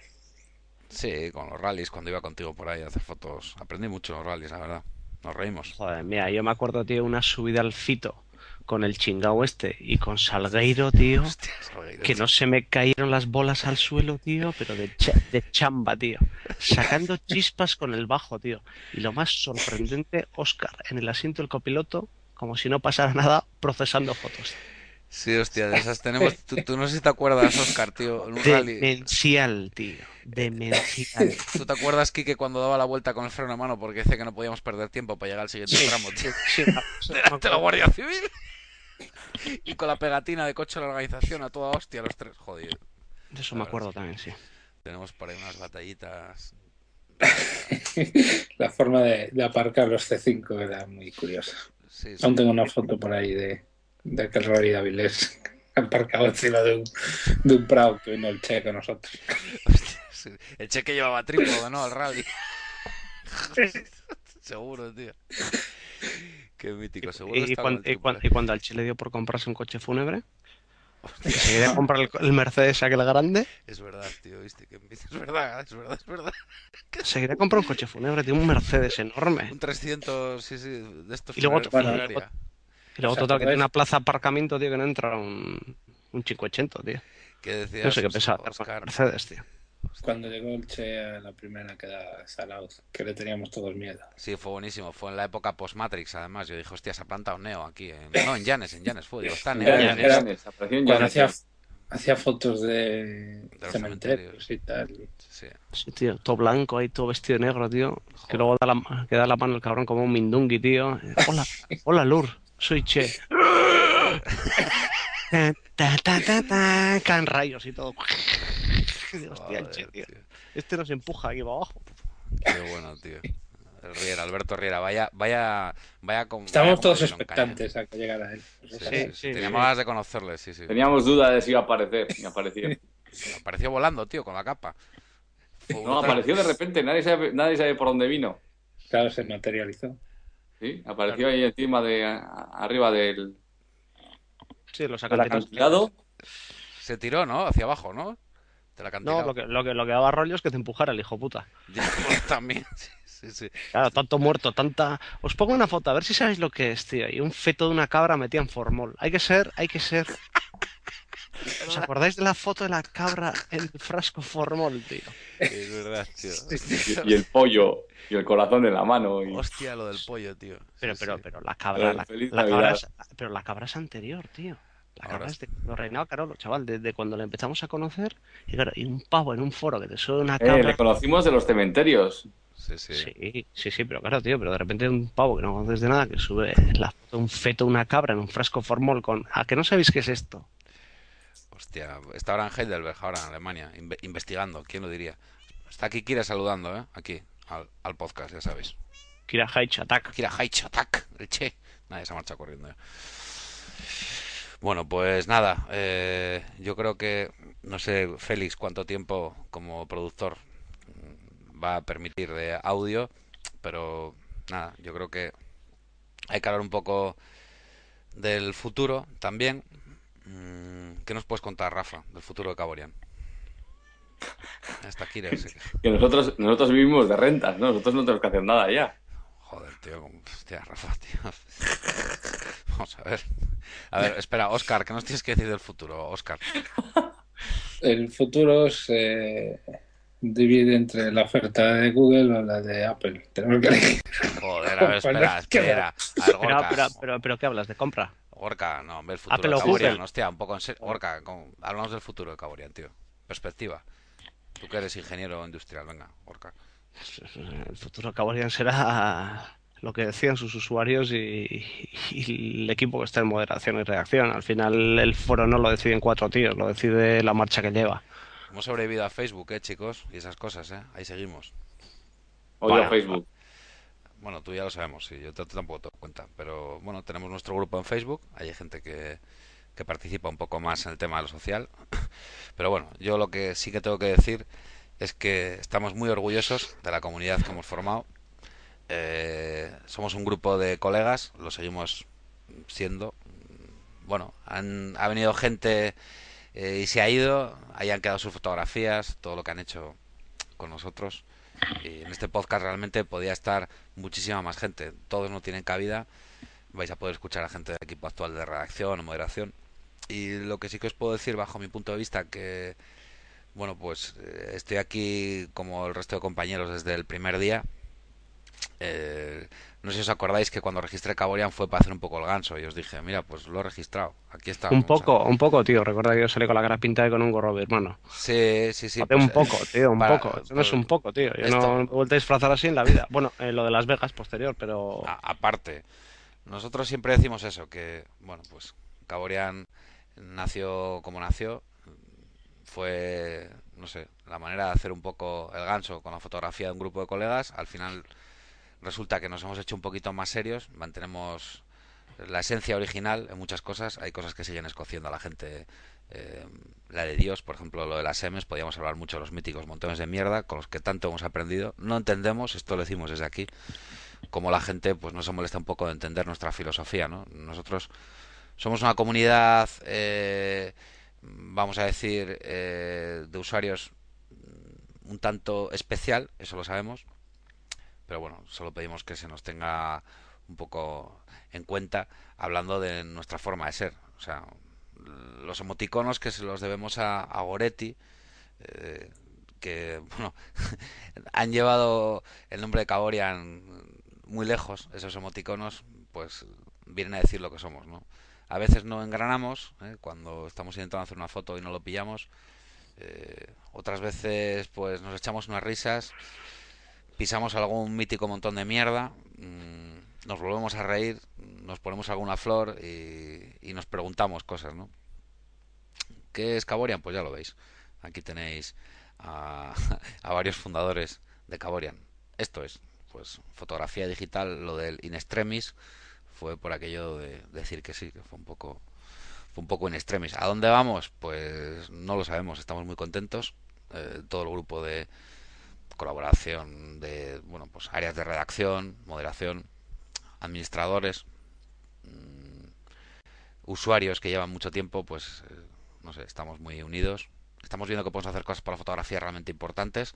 Speaker 3: sí, con los rallies, cuando iba contigo por ahí a hacer fotos, aprendí mucho en los rallies, la verdad. Nos reímos.
Speaker 4: Joder, mira, yo me acuerdo, tío, una subida al fito con el chingao este y con Salgueiro, tío.
Speaker 3: Hostia, Salgueiro,
Speaker 4: Que
Speaker 3: tío.
Speaker 4: no se me cayeron las bolas al suelo, tío, pero de, cha- de chamba, tío. Sacando chispas con el bajo, tío. Y lo más sorprendente, Oscar, en el asiento del copiloto, como si no pasara nada, procesando fotos.
Speaker 3: Sí, hostia, de esas tenemos. Tú, tú no sé si te acuerdas, Oscar, tío, en un rally.
Speaker 4: Demencial, tío. Demencial.
Speaker 3: ¿Tú te acuerdas, Quique, cuando daba la vuelta con el freno a mano porque decía que no podíamos perder tiempo para llegar al siguiente tramo, tío?
Speaker 4: Sí, me- me
Speaker 3: Delante de la
Speaker 4: acuerdo.
Speaker 3: Guardia Civil. Y con la pegatina de coche de la organización a toda hostia los tres. Joder,
Speaker 4: De eso me acuerdo también, sí.
Speaker 3: tenemos por ahí unas batallitas.
Speaker 2: La forma de, de aparcar los C5 era muy curiosa.
Speaker 3: Sí, sí.
Speaker 2: Aún tengo una foto por ahí de, de aquel Rory de Avilés aparcado encima de un, de un Prado que vino el Che con nosotros.
Speaker 3: Sí. El cheque llevaba trípode, ¿no? Al rally. seguro, tío. Qué mítico, seguro
Speaker 4: Y,
Speaker 3: Pues está con
Speaker 4: cuan-
Speaker 3: el
Speaker 4: y cuan-
Speaker 3: trípode.
Speaker 4: y cuando al Chile dio por comprarse un coche fúnebre, que se quería comprar el, el Mercedes aquel grande,
Speaker 3: Es verdad, tío, viste, qué envidia. Es verdad, es verdad, es verdad.
Speaker 4: se quería comprar un coche fúnebre, tío, un Mercedes enorme.
Speaker 3: Un 300, sí, sí, de estos
Speaker 4: Y luego-
Speaker 3: funer-
Speaker 2: bueno,
Speaker 3: funeraria.
Speaker 4: Y luego,
Speaker 2: O sea,
Speaker 4: total, que
Speaker 2: joder.
Speaker 4: tiene una plaza de aparcamiento, tío, que no entra un, un 580, tío.
Speaker 3: ¿Qué decías,
Speaker 4: No sé qué pensaba hacer con el
Speaker 3: Oscar?
Speaker 4: Mercedes, tío.
Speaker 2: Cuando llegó el Che a la primera quedada de Salauz, que le teníamos todos miedo.
Speaker 3: Sí, fue buenísimo. Fue en la época post-Matrix, además. Yo dije, hostia, se ha plantado Neo aquí. en- No, en Llanes, en Llanes fue. Digo, está Neo en
Speaker 2: Era-
Speaker 3: Llanes.
Speaker 2: era-
Speaker 5: Aprecio en
Speaker 2: Cuando
Speaker 5: Llanes.
Speaker 2: hacía, hacía fotos de,
Speaker 3: los
Speaker 2: cementerios y tal. y-
Speaker 3: Sí.
Speaker 4: Sí, tío, todo blanco ahí, todo vestido de negro, tío. Que luego da la, que da la mano el cabrón como un mindungui, tío. Eh, Hola, hola Lur, soy Che. Ta, ta, ta, ta, ta, caen rayos y todo. Hostia, el Che,
Speaker 3: Joder,
Speaker 4: tío.
Speaker 3: tío.
Speaker 4: Este nos empuja aquí para abajo.
Speaker 3: Qué bueno, tío. El Riera, Alberto Riera, vaya, vaya, vaya con.
Speaker 2: Estábamos
Speaker 3: vaya con
Speaker 2: todos
Speaker 3: Madrid, Loncaña.
Speaker 2: expectantes a que llegara él.
Speaker 3: Sí, sí,
Speaker 4: Sí,
Speaker 3: sí.
Speaker 4: sí,
Speaker 3: Teníamos
Speaker 4: sí.
Speaker 3: ganas de conocerle, sí, sí.
Speaker 5: Teníamos duda de si iba a aparecer. Y apareció.
Speaker 3: Apareció volando, tío, con la capa. Fue
Speaker 5: No,
Speaker 3: brutal.
Speaker 5: apareció de repente. Nadie sabe, nadie sabe por dónde vino.
Speaker 2: Claro, se materializó.
Speaker 5: Sí, apareció ahí encima de. a- arriba del.
Speaker 4: Sí, lo sacan
Speaker 5: del
Speaker 4: de
Speaker 5: acantilado.
Speaker 3: Se tiró, ¿no? Hacia abajo, ¿no? Te la
Speaker 4: No, lo que, lo, que, lo que daba rollo es que te empujara el hijo puta.
Speaker 3: pues, también. Sí, sí. Sí, sí.
Speaker 4: Claro, tanto muerto, tanta. Os pongo una foto, a ver si sabéis lo que es, tío. Y un feto de una cabra metida en formol. Hay que ser, hay que ser. ¿Os acordáis de la foto de la cabra en el frasco formol, tío?
Speaker 3: Es verdad, tío.
Speaker 5: Y, y el pollo, y el corazón en la mano. y-
Speaker 3: Hostia, lo del pollo, tío.
Speaker 4: Pero,
Speaker 3: Sí,
Speaker 4: pero,
Speaker 3: sí.
Speaker 4: pero la cabra,
Speaker 5: Pero
Speaker 4: la,
Speaker 5: feliz
Speaker 4: la cabra
Speaker 5: Navidad.
Speaker 4: es, pero la cabra es anterior, tío. La
Speaker 3: Ahora
Speaker 4: cabra es
Speaker 3: sí.
Speaker 4: de cuando reinaba Carolo, chaval, desde cuando le empezamos a conocer. Y claro, y un pavo en un foro que te sube una
Speaker 5: Eh,
Speaker 4: cabra.
Speaker 5: le conocimos de los cementerios.
Speaker 3: Sí, sí.
Speaker 4: Sí, sí, sí, pero claro, tío, pero de repente un pavo que no conoces de nada, que sube la foto de un feto, una cabra en un frasco formol con... ¿A que no sabéis qué es esto?
Speaker 3: Hostia, está ahora en Heidelberg, ahora en Alemania, inve- investigando, ¿quién lo diría? Está aquí Kira saludando, ¿eh? Aquí, al, al podcast, ya sabéis.
Speaker 4: Kira Haich Attack.
Speaker 3: Kira Haich Attack, el che. Nadie se ha marchado corriendo. ¿eh? Bueno, pues nada, eh, yo creo que, no sé, Félix, cuánto tiempo como productor mm, va a permitir de audio, pero nada, yo creo que hay que hablar un poco del futuro también. Mm, ¿Qué nos puedes contar, Rafa, del futuro de Caborian? Hasta Kira se queja.
Speaker 5: Que nosotros, nosotros vivimos de rentas, ¿no? Nosotros no tenemos que hacer nada ya.
Speaker 3: Joder, tío, como- hostia, Rafa, tío. Vamos a ver. A ver, espera, Oscar, ¿qué nos tienes que decir del futuro, Oscar?
Speaker 2: El futuro se divide entre la oferta de Google o la de Apple. Tenemos que elegir.
Speaker 3: Joder, a ver, espera, espera. A ver,
Speaker 4: Pero, pero,
Speaker 3: Gorka,
Speaker 4: pero, pero, ¿qué hablas? ¿De compra?
Speaker 3: Gorka, no, hombre, el futuro
Speaker 4: Apple
Speaker 3: de
Speaker 4: o
Speaker 3: Caborian,
Speaker 4: Google.
Speaker 3: hostia, un poco en serio. Gorka, con- hablamos del futuro de Caborian, tío. Perspectiva. Tú que eres ingeniero industrial, venga, Gorka.
Speaker 4: El futuro Caborian será lo que decían sus usuarios y, y el equipo que está en moderación y redacción. Al final el foro no lo deciden cuatro tíos, lo decide la marcha que lleva.
Speaker 3: Hemos sobrevivido a Facebook, eh, chicos, y esas cosas, eh. Ahí seguimos. ah,
Speaker 5: Odio
Speaker 4: Bueno.
Speaker 5: Facebook.
Speaker 3: Bueno, tú ya lo sabemos, sí, yo t- tampoco te doy cuenta, pero bueno, tenemos nuestro grupo en Facebook, hay gente que, que participa un poco más en el tema de lo social, pero bueno, yo lo que sí que tengo que decir es que estamos muy orgullosos de la comunidad que hemos formado, Eh, somos un grupo de colegas, lo seguimos siendo, bueno, han, ha venido gente eh, y se ha ido, ahí han quedado sus fotografías, todo lo que han hecho con nosotros. Y en este podcast realmente podía estar muchísima más gente. Todos no tienen cabida. Vais a poder escuchar a gente del equipo actual de redacción o moderación. Y lo que sí que os puedo decir, bajo mi punto de vista, que bueno, pues eh, estoy aquí como el resto de compañeros desde el primer día. Eh, no sé si os acordáis que cuando registré Caborian fue para hacer un poco el ganso y os dije, mira, pues lo he registrado. Aquí está.
Speaker 4: Un poco, un poco, tío. Recuerda que yo salí con la cara pintada y con un gorro, hermano.
Speaker 3: Sí, sí, sí.
Speaker 4: Joder,
Speaker 3: pues,
Speaker 4: un poco, tío, un
Speaker 3: para- pues,
Speaker 4: poco. Eso no es un poco, tío. Yo
Speaker 3: Esto-
Speaker 4: no me he vuelto a disfrazar así en la vida. Bueno, eh, lo de Las Vegas posterior, pero.
Speaker 3: A- aparte, nosotros siempre decimos eso, que, bueno, pues Caborian nació como nació, fue, no sé, la manera de hacer un poco el ganso con la fotografía de un grupo de colegas, al final resulta que nos hemos hecho un poquito más serios, mantenemos la esencia original en muchas cosas, hay cosas que siguen escociendo a la gente. eh, la de Dios, por ejemplo, lo de las M's, podíamos hablar mucho de los míticos montones de mierda con los que tanto hemos aprendido. No entendemos, esto lo decimos desde aquí, como la gente pues no se molesta un poco de entender nuestra filosofía, ¿no? Nosotros somos una comunidad, eh, vamos a decir, eh, de usuarios mm, un tanto especial, eso lo sabemos, pero bueno, solo pedimos que se nos tenga un poco en cuenta hablando de nuestra forma de ser, o sea, los emoticonos que se los debemos a, a Goretti, eh, que bueno, han llevado el nombre de Caborian muy lejos, esos emoticonos, pues vienen a decir lo que somos, ¿no? A veces no engranamos, ¿eh? cuando estamos intentando hacer una foto y no lo pillamos. eh, otras veces, pues nos echamos unas risas, pisamos algún mítico montón de mierda, mm, nos volvemos a reír, nos ponemos alguna flor y, y nos preguntamos cosas, ¿no? ¿Qué es Caborian? Pues ya lo veis. Aquí tenéis a, a varios fundadores de Caborian. Esto es, pues, fotografía digital, lo del in extremis, fue por aquello de decir que sí, que fue un poco, fue un poco in extremis. ¿A dónde vamos? Pues no lo sabemos, estamos muy contentos. Eh, todo el grupo de colaboración de, bueno, pues áreas de redacción, moderación, administradores, mm, usuarios que llevan mucho tiempo, pues, eh, no sé, estamos muy unidos estamos viendo que podemos hacer cosas para la fotografía realmente importantes,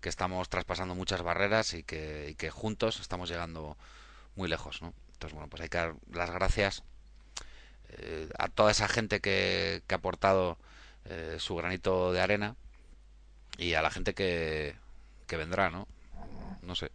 Speaker 3: que estamos traspasando muchas barreras y que, y que juntos estamos llegando muy lejos, ¿no? Entonces, bueno, pues hay que dar las gracias eh, a toda esa gente que, que ha aportado eh, su granito de arena y a la gente que, que vendrá, ¿no? No sé.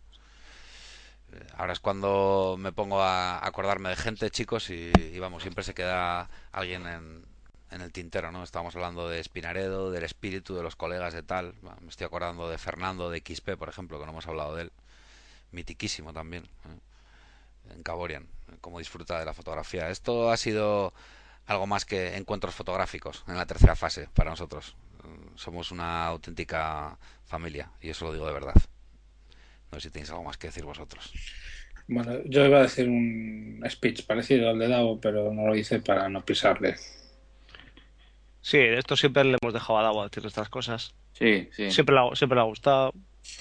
Speaker 3: Eh, Ahora es cuando me pongo a acordarme de gente, chicos, y, y vamos, siempre se queda alguien en, en el tintero, ¿no? Estábamos hablando de Spinaredo, del espíritu, de los colegas, de tal. Va, Me estoy acordando de Fernando, de XP, por ejemplo, que no hemos hablado de él. Mitiquísimo también. ¿eh? En Caborian, ¿eh? cómo disfruta de la fotografía. Esto ha sido algo más que encuentros fotográficos en la tercera fase para nosotros. Mm, Somos una auténtica familia, y eso lo digo de verdad. No sé si tenéis algo más que decir vosotros.
Speaker 2: Bueno, yo iba a decir un speech parecido al de Davo, pero no lo hice para no pisarle.
Speaker 4: Sí, esto siempre le hemos dejado a Davo decir estas cosas.
Speaker 5: Sí, sí.
Speaker 4: Siempre, le ha, siempre le ha gustado.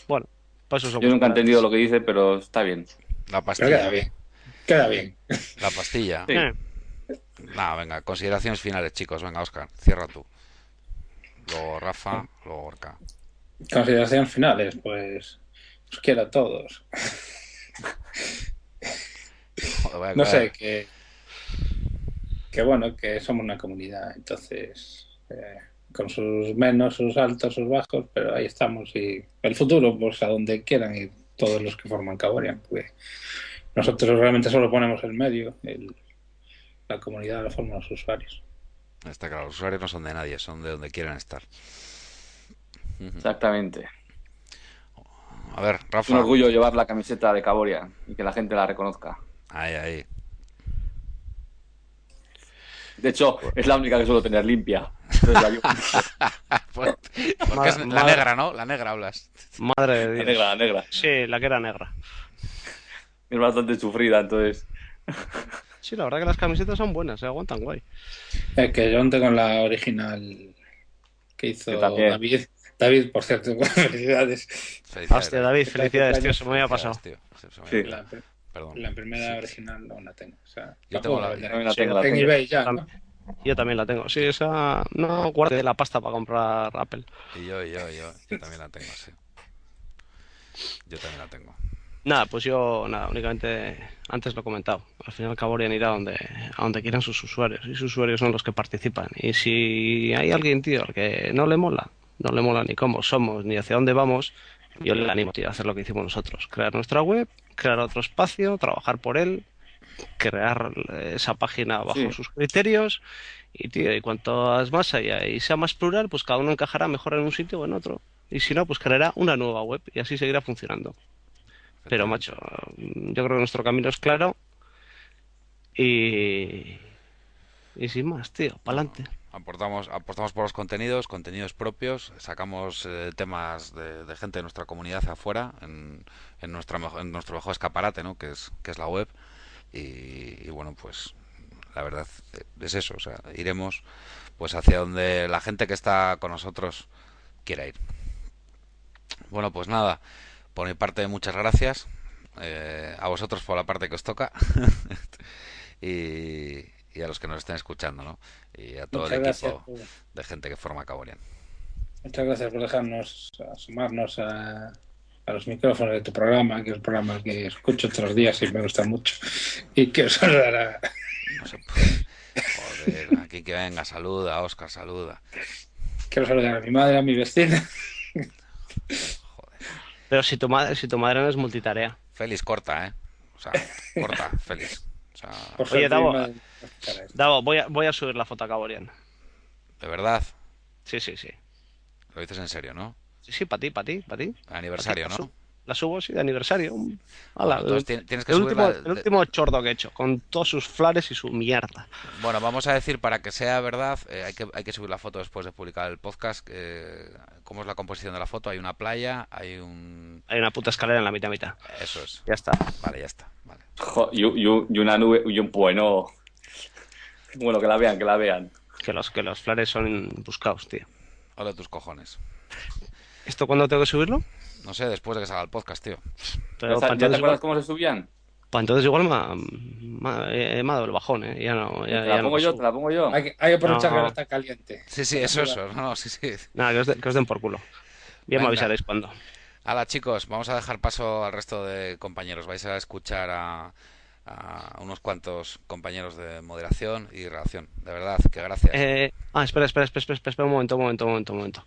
Speaker 4: Bueno, para Pues eso
Speaker 5: Yo nunca he entendido lo que dice, pero está bien.
Speaker 3: La
Speaker 2: Pero queda
Speaker 3: pastilla.
Speaker 2: bien. Queda bien.
Speaker 3: La pastilla.
Speaker 5: Sí.
Speaker 3: Nada, venga, consideraciones finales, chicos. Venga, Oscar, cierra tú. Luego Rafa, luego Orca.
Speaker 2: Consideraciones finales, pues os quiero a todos.
Speaker 3: Joder, vaya
Speaker 2: No
Speaker 3: cara.
Speaker 2: sé, que, que bueno, que somos una comunidad, entonces, eh, con sus menos, sus altos, sus bajos, pero ahí estamos y el futuro, pues a donde quieran y todos los que forman Caborian, porque nosotros realmente solo ponemos el medio, el- la comunidad la forman los usuarios.
Speaker 3: Está claro, los usuarios no son de nadie, son de donde quieran estar. Ujú.
Speaker 5: Exactamente.
Speaker 3: A ver,
Speaker 5: Es un
Speaker 3: Rafa.
Speaker 5: orgullo llevar la camiseta de Caboria y que la gente la reconozca.
Speaker 3: Ahí, ahí.
Speaker 5: De hecho, es la única que suelo tener limpia. Entonces la llevo-
Speaker 3: Pues- porque
Speaker 4: Madre-
Speaker 3: es la
Speaker 4: madre-
Speaker 3: negra, ¿no? La negra hablas.
Speaker 4: Madre de
Speaker 5: la
Speaker 4: Dios.
Speaker 5: negra, la negra.
Speaker 4: Sí, la que era negra.
Speaker 5: Es bastante sufrida, entonces.
Speaker 4: Sí, la verdad que las camisetas son buenas, se aguantan guay.
Speaker 2: Es Eh, que yo ando con la original que hizo
Speaker 5: Que también.
Speaker 2: David. David, por cierto, felicidades.
Speaker 3: Felicidades.
Speaker 4: Hostia, David, felicidades, tío, se me había
Speaker 3: Felicidades,
Speaker 4: pasado.
Speaker 3: tío. Se- se me
Speaker 5: Sí.
Speaker 3: había-
Speaker 2: La,
Speaker 3: Perdón.
Speaker 2: la primera
Speaker 3: Sí.
Speaker 2: original no la tengo. O sea,
Speaker 3: Yo tengo la-
Speaker 2: puedo
Speaker 5: También
Speaker 2: vender.
Speaker 5: la tengo, la
Speaker 2: En
Speaker 5: tengo.
Speaker 2: eBay ya, ¿no?
Speaker 4: Yo también la tengo. Sí, esa. No guardé la pasta para comprar Apple.
Speaker 3: Y yo, y yo, y yo. Yo también la tengo, sí. Yo también la tengo.
Speaker 4: Nada, pues yo, nada, únicamente antes lo he comentado. Al final Caborian irá donde, a donde quieran sus usuarios. Y sus usuarios son los que participan. Y si hay alguien, tío, al que no le mola, no le mola ni cómo somos, ni hacia dónde vamos, yo le animo, tío, a hacer lo que hicimos nosotros. Crear nuestra web, crear otro espacio, trabajar por él, crear eh, esa página bajo
Speaker 5: Sí.
Speaker 4: sus criterios. Y, tío, y cuantas más haya y sea más plural, pues cada uno encajará mejor en un sitio o en otro. Y si no, pues creará una nueva web y así seguirá funcionando. Pero macho, yo creo que nuestro camino es claro. Y. Y sin más, tío, pa'lante.
Speaker 3: Aportamos, apostamos por los contenidos, contenidos propios, sacamos eh, temas de, de gente de nuestra comunidad hacia afuera, en, en, nuestra, mejo- en nuestro mejor escaparate, ¿no? que, es, que es la web. Y, y bueno, pues la verdad eh, es eso, o sea, iremos pues hacia donde la gente que está con nosotros quiera ir. Bueno, pues nada, por mi parte muchas gracias, eh, a vosotros por la parte que os toca y, y a los que nos estén escuchando, ¿no? Y a todo
Speaker 2: Muchas
Speaker 3: el
Speaker 2: gracias,
Speaker 3: equipo
Speaker 2: por,
Speaker 3: de gente que forma Caborian.
Speaker 2: muchas gracias por dejarnos asomarnos a, a los micrófonos de tu programa, que es un programa que escucho todos los días y me gusta mucho. Y que os dará.
Speaker 3: No se puede. Joder, aquí que venga, saluda, Oscar, saluda.
Speaker 2: Quiero saludar a mi madre, a mi vecina.
Speaker 4: Pero si tu madre, si tu madre no es multitarea.
Speaker 3: Félix, corta, ¿eh? O sea, corta, Félix. O sea,
Speaker 2: Por
Speaker 4: Oye,
Speaker 2: suerte,
Speaker 4: Davo.
Speaker 2: mi madre- Caray.
Speaker 4: Davo, voy a, voy a subir la foto a Caborian.
Speaker 3: de verdad,
Speaker 4: Sí, sí, sí.
Speaker 3: lo dices en serio, ¿no?
Speaker 4: Sí, sí, para ti, para ti, para ti.
Speaker 3: Aniversario,
Speaker 4: La
Speaker 3: ¿no?
Speaker 4: su- La subo, sí, de aniversario. Hala,
Speaker 3: Bueno, entonces
Speaker 4: el,
Speaker 3: tien- tienes que
Speaker 4: el
Speaker 3: subirla
Speaker 4: último,
Speaker 3: de-
Speaker 4: el último chordo que he hecho, con todos sus flares y su mierda.
Speaker 3: Bueno, vamos a decir, para que sea verdad, eh, hay que, hay que subir la foto después de publicar el podcast. eh, ¿Cómo es la composición de la foto? Hay una playa, hay un...
Speaker 4: Hay una puta escalera en la mitad, mitad.
Speaker 3: Eso es.
Speaker 4: Ya está.
Speaker 3: Vale, ya está. Vale.
Speaker 5: Jo, y, y- y una nube, y un bueno. Bueno, que la vean, que la vean.
Speaker 4: Que los, que los flares son buscados, tío.
Speaker 3: Hola tus cojones.
Speaker 4: ¿Esto cuándo tengo que subirlo?
Speaker 3: No sé, después de que salga el podcast, tío.
Speaker 4: Pero
Speaker 5: ¿Ya
Speaker 4: para
Speaker 5: te
Speaker 4: entonces-
Speaker 5: acuerdas cómo se subían?
Speaker 4: Pa, Pues entonces igual me ha, me ha- eh, me ha dado el bajón, ¿eh? Ya no, ya,
Speaker 5: Te
Speaker 4: ya
Speaker 5: la
Speaker 4: no
Speaker 5: pongo
Speaker 4: lo
Speaker 5: yo,
Speaker 4: subo.
Speaker 5: te la pongo yo.
Speaker 2: Hay que, hay que aprovechar
Speaker 4: No.
Speaker 2: que ahora está caliente.
Speaker 3: Sí, sí, eso, eso. No, no, sí, sí.
Speaker 4: Nada, que os, de- que os den por culo. Bien
Speaker 3: Venga.
Speaker 4: me avisaréis cuando.
Speaker 3: Hala, chicos, vamos a dejar paso al resto de compañeros. Vais a escuchar a, a unos cuantos compañeros de moderación y redacción. De verdad, que gracias.
Speaker 4: Eh, ah, espera, espera, espera, espera, espera, espera, un momento, un momento, un momento, un momento.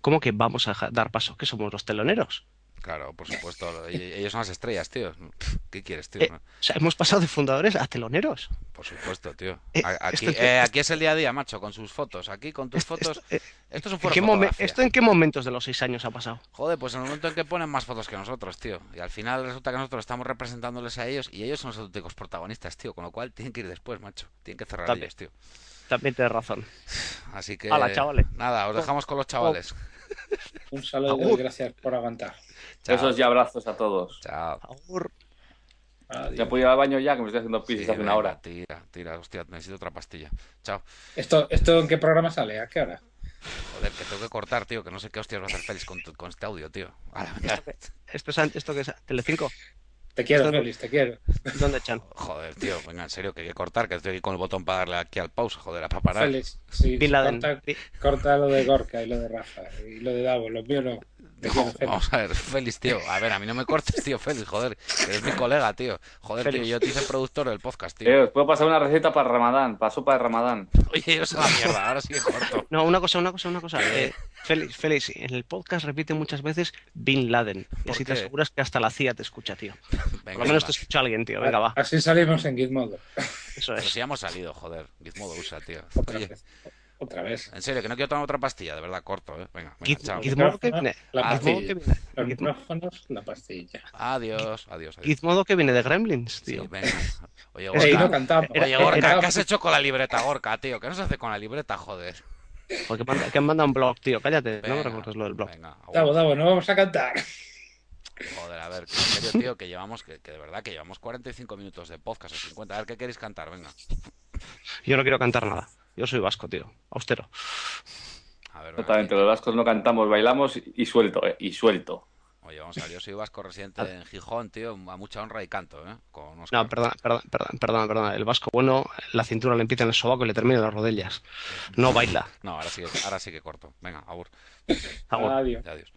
Speaker 4: ¿Cómo que vamos a dejar- dar paso? ¿Que somos los teloneros?
Speaker 3: Claro, por supuesto. e- Ellos son las estrellas, tío. ¿Qué quieres, tío?
Speaker 4: Eh, O sea, hemos pasado de fundadores a teloneros.
Speaker 3: Por supuesto, tío.
Speaker 4: eh,
Speaker 3: A- Aquí,
Speaker 4: esto-
Speaker 3: eh, aquí es el día a día, macho, con sus fotos. Aquí con tus fotos.
Speaker 4: Esto, eh,
Speaker 3: Esto es un
Speaker 4: ¿en
Speaker 3: foro
Speaker 4: qué momen-
Speaker 3: fotografía.
Speaker 4: ¿Esto en qué momentos de los seis años ha pasado?
Speaker 3: Joder, pues en el momento en que ponen más fotos que nosotros, tío. Y al final resulta que nosotros estamos representándoles a ellos y ellos son los auténticos protagonistas, tío. Con lo cual tienen que ir después, macho. Tienen que cerrar
Speaker 4: También.
Speaker 3: ellos, tío.
Speaker 4: También tienes razón.
Speaker 3: Así que.
Speaker 4: Hala, chavales.
Speaker 3: Nada,
Speaker 2: Oh,
Speaker 3: os dejamos con los chavales.
Speaker 2: Un saludo
Speaker 4: Agur.
Speaker 2: y gracias por aguantar.
Speaker 3: Chao.
Speaker 5: Besos y abrazos a todos.
Speaker 3: Chao.
Speaker 4: Agur.
Speaker 2: Adiós.
Speaker 5: Ya puedo ir al baño ya, que me estoy haciendo pis
Speaker 3: Sí,
Speaker 5: desde hace
Speaker 3: venga,
Speaker 5: una hora.
Speaker 3: Tira, tira, hostia, necesito otra pastilla. Chao.
Speaker 2: ¿Esto, ¿Esto en qué programa sale? ¿A qué hora?
Speaker 3: Joder, que tengo que cortar, tío, que no sé qué hostias va a hacer Félix con, tu- con este audio, tío. Hala, venga.
Speaker 4: ¿Esto, es, an- esto que es Telecinco?
Speaker 2: Te quiero,
Speaker 4: Esto-
Speaker 2: Félix, te quiero.
Speaker 4: ¿Dónde echan?
Speaker 3: Joder, tío, venga, en serio, que hay que cortar, que estoy aquí con el botón para darle aquí al pause, joder, para parar.
Speaker 2: Félix, sí,
Speaker 4: Bin Laden.
Speaker 2: corta,
Speaker 4: Bi-
Speaker 2: corta lo de Gorka y lo de Rafa y lo de Davo, los míos no. Te quiero,
Speaker 3: No,
Speaker 2: Félix.
Speaker 3: vamos a ver, Félix, tío. A ver, a mí no me cortes, tío, Félix, joder. que Eres mi colega, tío. Joder,
Speaker 4: Félix.
Speaker 3: tío, yo te hice productor del podcast,
Speaker 5: Eh,
Speaker 3: tío.
Speaker 5: os puedo pasar una receta para Ramadán, para sopa de Ramadán.
Speaker 3: Oye, yo soy la mierda, ahora sí que corto.
Speaker 4: No, una cosa, una cosa, una cosa. Eh, Félix, Félix, en el podcast repite muchas veces Bin Laden. Y
Speaker 3: ¿Por
Speaker 4: así
Speaker 3: qué?
Speaker 4: te aseguras que hasta la CIA te escucha, tío. Por
Speaker 3: Venga,
Speaker 4: lo menos
Speaker 3: va.
Speaker 4: te escucha alguien, tío. Venga, va.
Speaker 2: Así salimos en Gizmodo.
Speaker 4: Eso
Speaker 3: Pero
Speaker 4: es.
Speaker 3: si ya hemos salido, joder. Gizmodo usa, tío.
Speaker 2: Otra
Speaker 3: Oye,
Speaker 2: vez. Otra vez.
Speaker 3: en serio, que no quiero tomar otra pastilla, de verdad, corto, eh. Venga, venga,
Speaker 4: Giz-
Speaker 3: chao. Ah,
Speaker 4: Gizmodo que viene.
Speaker 2: La
Speaker 4: Gizmodo
Speaker 2: pastilla.
Speaker 4: que viene.
Speaker 2: Los
Speaker 4: Gizmo-
Speaker 2: micrófonos, la pastilla.
Speaker 3: Adiós, adiós, adiós.
Speaker 4: Gizmodo que viene de Gremlins,
Speaker 3: Sí,
Speaker 4: tío.
Speaker 3: venga. Oye,
Speaker 4: Gorka.
Speaker 2: Ey, no
Speaker 3: Gorka,
Speaker 2: cantamos.
Speaker 4: Era-
Speaker 3: oye,
Speaker 4: era-
Speaker 3: Gorka, ¿qué has hecho con la libreta, Gorka, tío? ¿Qué nos hace con la libreta, joder?
Speaker 4: Porque manda- que han mandado un blog, tío. Cállate, no me
Speaker 3: Venga,
Speaker 4: recuerdes lo del blog.
Speaker 3: Venga,
Speaker 2: Davo, Davo, no vamos a cantar.
Speaker 3: Joder, a ver, que en serio, tío, que llevamos, que, que de verdad, que llevamos 45 minutos de podcast o 50. A ver, ¿qué queréis cantar? Venga.
Speaker 4: Yo no quiero cantar nada. Yo soy vasco, tío. Austero.
Speaker 3: A ver, venga.
Speaker 5: Totalmente, los vascos no cantamos, bailamos y suelto, eh, y suelto.
Speaker 3: Oye, vamos a ver, yo soy vasco residente en Gijón, tío, a mucha honra y canto, ¿eh? Con Óscar.
Speaker 4: No, perdona, perdona, perdona, perdona, perdona. El vasco bueno, la cintura le empieza en el sobaco y le termina en las rodillas. No baila.
Speaker 3: No, ahora sí, ahora sí que corto. Venga, abur,
Speaker 4: Agur.
Speaker 2: Adiós.
Speaker 3: adiós.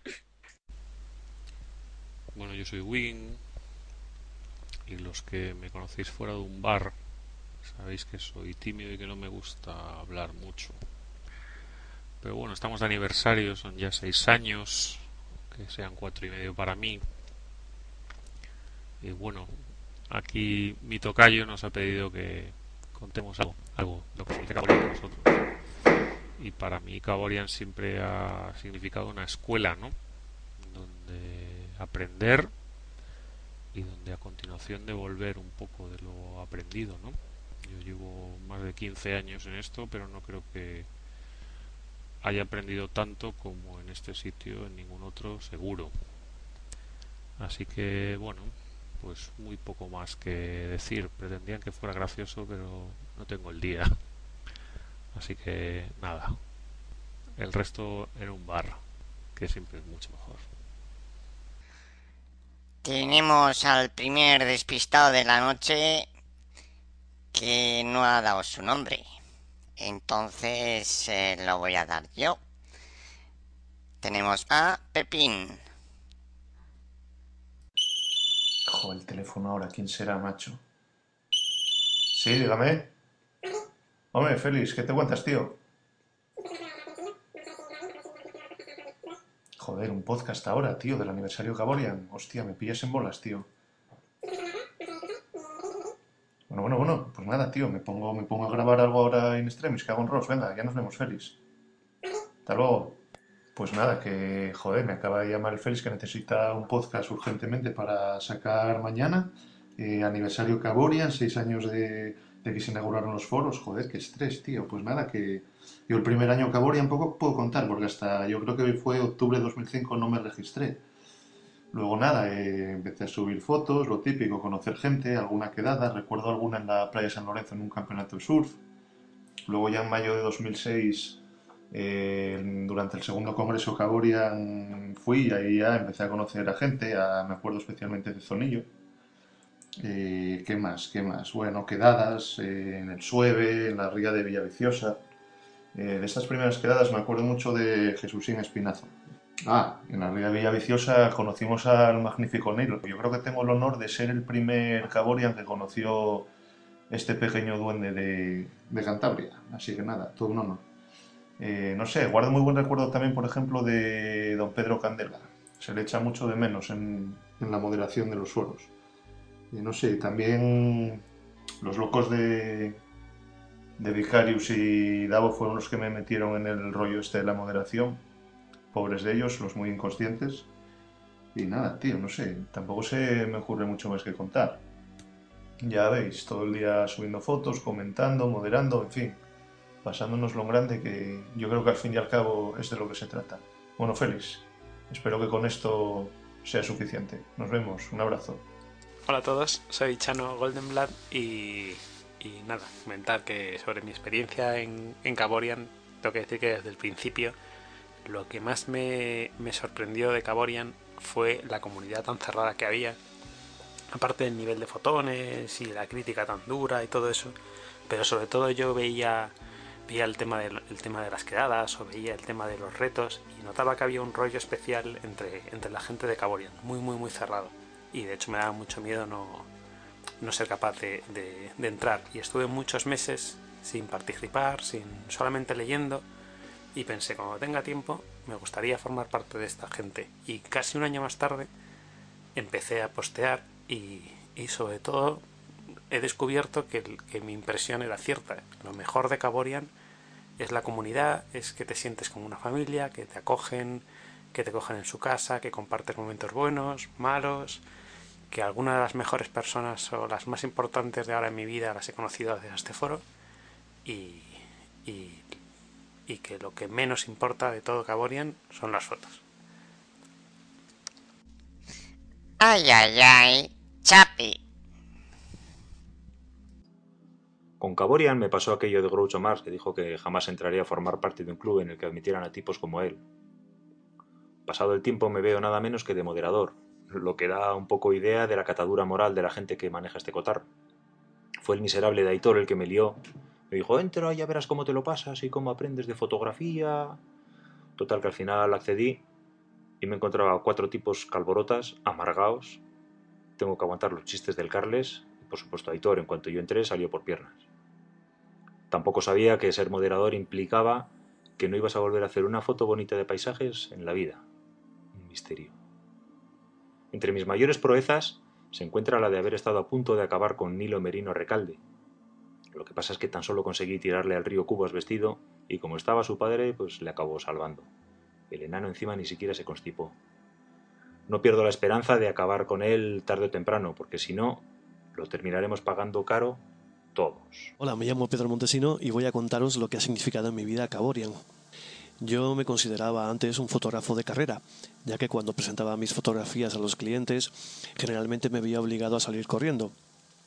Speaker 6: Bueno, yo soy Wing y los que me conocéis fuera de un bar sabéis que soy tímido y que no me gusta hablar mucho. Pero bueno, estamos de aniversario, son ya seis años, que sean cuatro y medio para mí. Y bueno, aquí mi tocayo nos ha pedido que contemos algo, algo, de lo que significa Caborian para nosotros. Y para mí Caborian siempre ha significado una escuela, ¿no? donde aprender y donde a continuación devolver un poco de lo aprendido, ¿no? Yo llevo más de 15 años en esto, pero no creo que haya aprendido tanto como en este sitio, en ningún otro, seguro. Así que, bueno, pues muy poco más que decir. Pretendían que fuera gracioso, pero no tengo el día. Así que, nada. El resto en un bar, que siempre es mucho mejor.
Speaker 1: Tenemos al primer despistado de la noche que no ha dado su nombre. Entonces eh, lo voy a dar yo. Tenemos a Pepín.
Speaker 7: Cojo el teléfono ahora, ¿quién será, macho? Sí, dígame. Hombre, Félix, ¿qué te cuentas, tío? Joder, un podcast ahora, tío, del aniversario Caborian. Hostia, me pillas en bolas, tío. Bueno, bueno, bueno, pues nada, tío, me pongo, me pongo a grabar algo ahora en extremis, que hago un Ross, venga, ya nos vemos, Félix. Hasta luego. Pues nada, que joder, me acaba de llamar el Félix que necesita un podcast urgentemente para sacar mañana. Eh, aniversario Caborian, seis años de, de que se inauguraron los foros. Joder, qué estrés, tío. Pues nada, que yo el primer año Caborian poco puedo contar, porque hasta yo creo que fue octubre de 2005 no me registré. Luego nada, eh, empecé a subir fotos, lo típico, conocer gente, alguna quedada. Recuerdo alguna en la playa San Lorenzo en un campeonato de surf. Luego ya en mayo de 2006 eh, durante el segundo congreso Caborian fui y ahí ya empecé a conocer a gente, a- me acuerdo especialmente de Zonillo. Eh, ¿Qué más? ¿Qué más? Bueno, quedadas eh, en el Sueve, en la ría de Villaviciosa. Eh, de estas primeras quedadas me acuerdo mucho de Jesúsín Espinazo. Ah, en la ría de Villaviciosa conocimos al magnífico Nilo. Yo creo que tengo el honor de ser el primer Caborian que conoció este pequeño duende de, de Cantabria. Así que nada, todo un honor. Eh, no sé, guardo muy buen recuerdo también, por ejemplo, de don Pedro Candela. Se le echa mucho de menos en, en la moderación de los suelos. Y no sé, también los locos de, de Vicarius y Davo fueron los que me metieron en el rollo este de la moderación. Pobres de ellos, los muy inconscientes. Y nada, tío, no sé, tampoco se me ocurre mucho más que contar. Ya veis, todo el día subiendo fotos, comentando, moderando, en fin, pasándonos lo grande que yo creo que al fin y al cabo es de lo que se trata. Bueno, Félix, espero que con esto sea suficiente. Nos vemos, un abrazo.
Speaker 8: Hola a todos, soy Chano Goldenblad y, y nada, comentar que sobre mi experiencia en, en Caborian, tengo que decir que desde el principio lo que más me, me sorprendió de Caborian fue la comunidad tan cerrada que había, aparte del nivel de fotones y la crítica tan dura y todo eso, pero sobre todo yo veía, veía el, tema de, el tema de las quedadas o veía el tema de los retos y notaba que había un rollo especial entre, entre la gente de Caborian, muy muy muy cerrado y de hecho me daba mucho miedo no, no ser capaz de, de- de entrar. Y estuve muchos meses sin participar, sin solamente leyendo, y pensé, cuando tenga tiempo, me gustaría formar parte de esta gente. Y casi un año más tarde empecé a postear y, y sobre todo he descubierto que, el- que mi impresión era cierta. Lo mejor de Caborian es la comunidad, es que te sientes como una familia, que te acogen, que te cogen en su casa, que compartes momentos buenos, malos, que algunas de las mejores personas o las más importantes de ahora en mi vida las he conocido desde este foro y, y, y que lo que menos importa de todo Caborian son las fotos.
Speaker 1: Ay, ay, ay. Chapi.
Speaker 9: Con Caborian me pasó aquello de Groucho Marx que dijo que jamás entraría a formar parte de un club en el que admitieran a tipos como él. Pasado el tiempo me veo nada menos que de moderador, lo que da un poco idea de la catadura moral de la gente que maneja este cotar. Fue el miserable de Aitor el que me lió. Me dijo, entra, ya verás cómo te lo pasas y cómo aprendes de fotografía. Total que al final accedí y me encontraba a cuatro tipos calborotas, amargaos. Tengo que aguantar los chistes del Carles. y, Por supuesto, Aitor, en cuanto yo entré, salió por piernas. Tampoco sabía que ser moderador implicaba que no ibas a volver a hacer una foto bonita de paisajes en la vida. Un misterio. Entre mis mayores proezas se encuentra la de haber estado a punto de acabar con Nilo Merino Recalde. Lo que pasa es que tan solo conseguí tirarle al río Cubas vestido y como estaba su padre, pues le acabó salvando. El enano encima ni siquiera se constipó. No pierdo la esperanza de acabar con él tarde o temprano, porque si no, lo terminaremos pagando caro todos.
Speaker 10: Hola, me llamo Pedro Montesino y voy a contaros lo que ha significado en mi vida Caborian. Yo me consideraba antes un fotógrafo de carrera, ya que cuando presentaba mis fotografías a los clientes, generalmente me veía obligado a salir corriendo.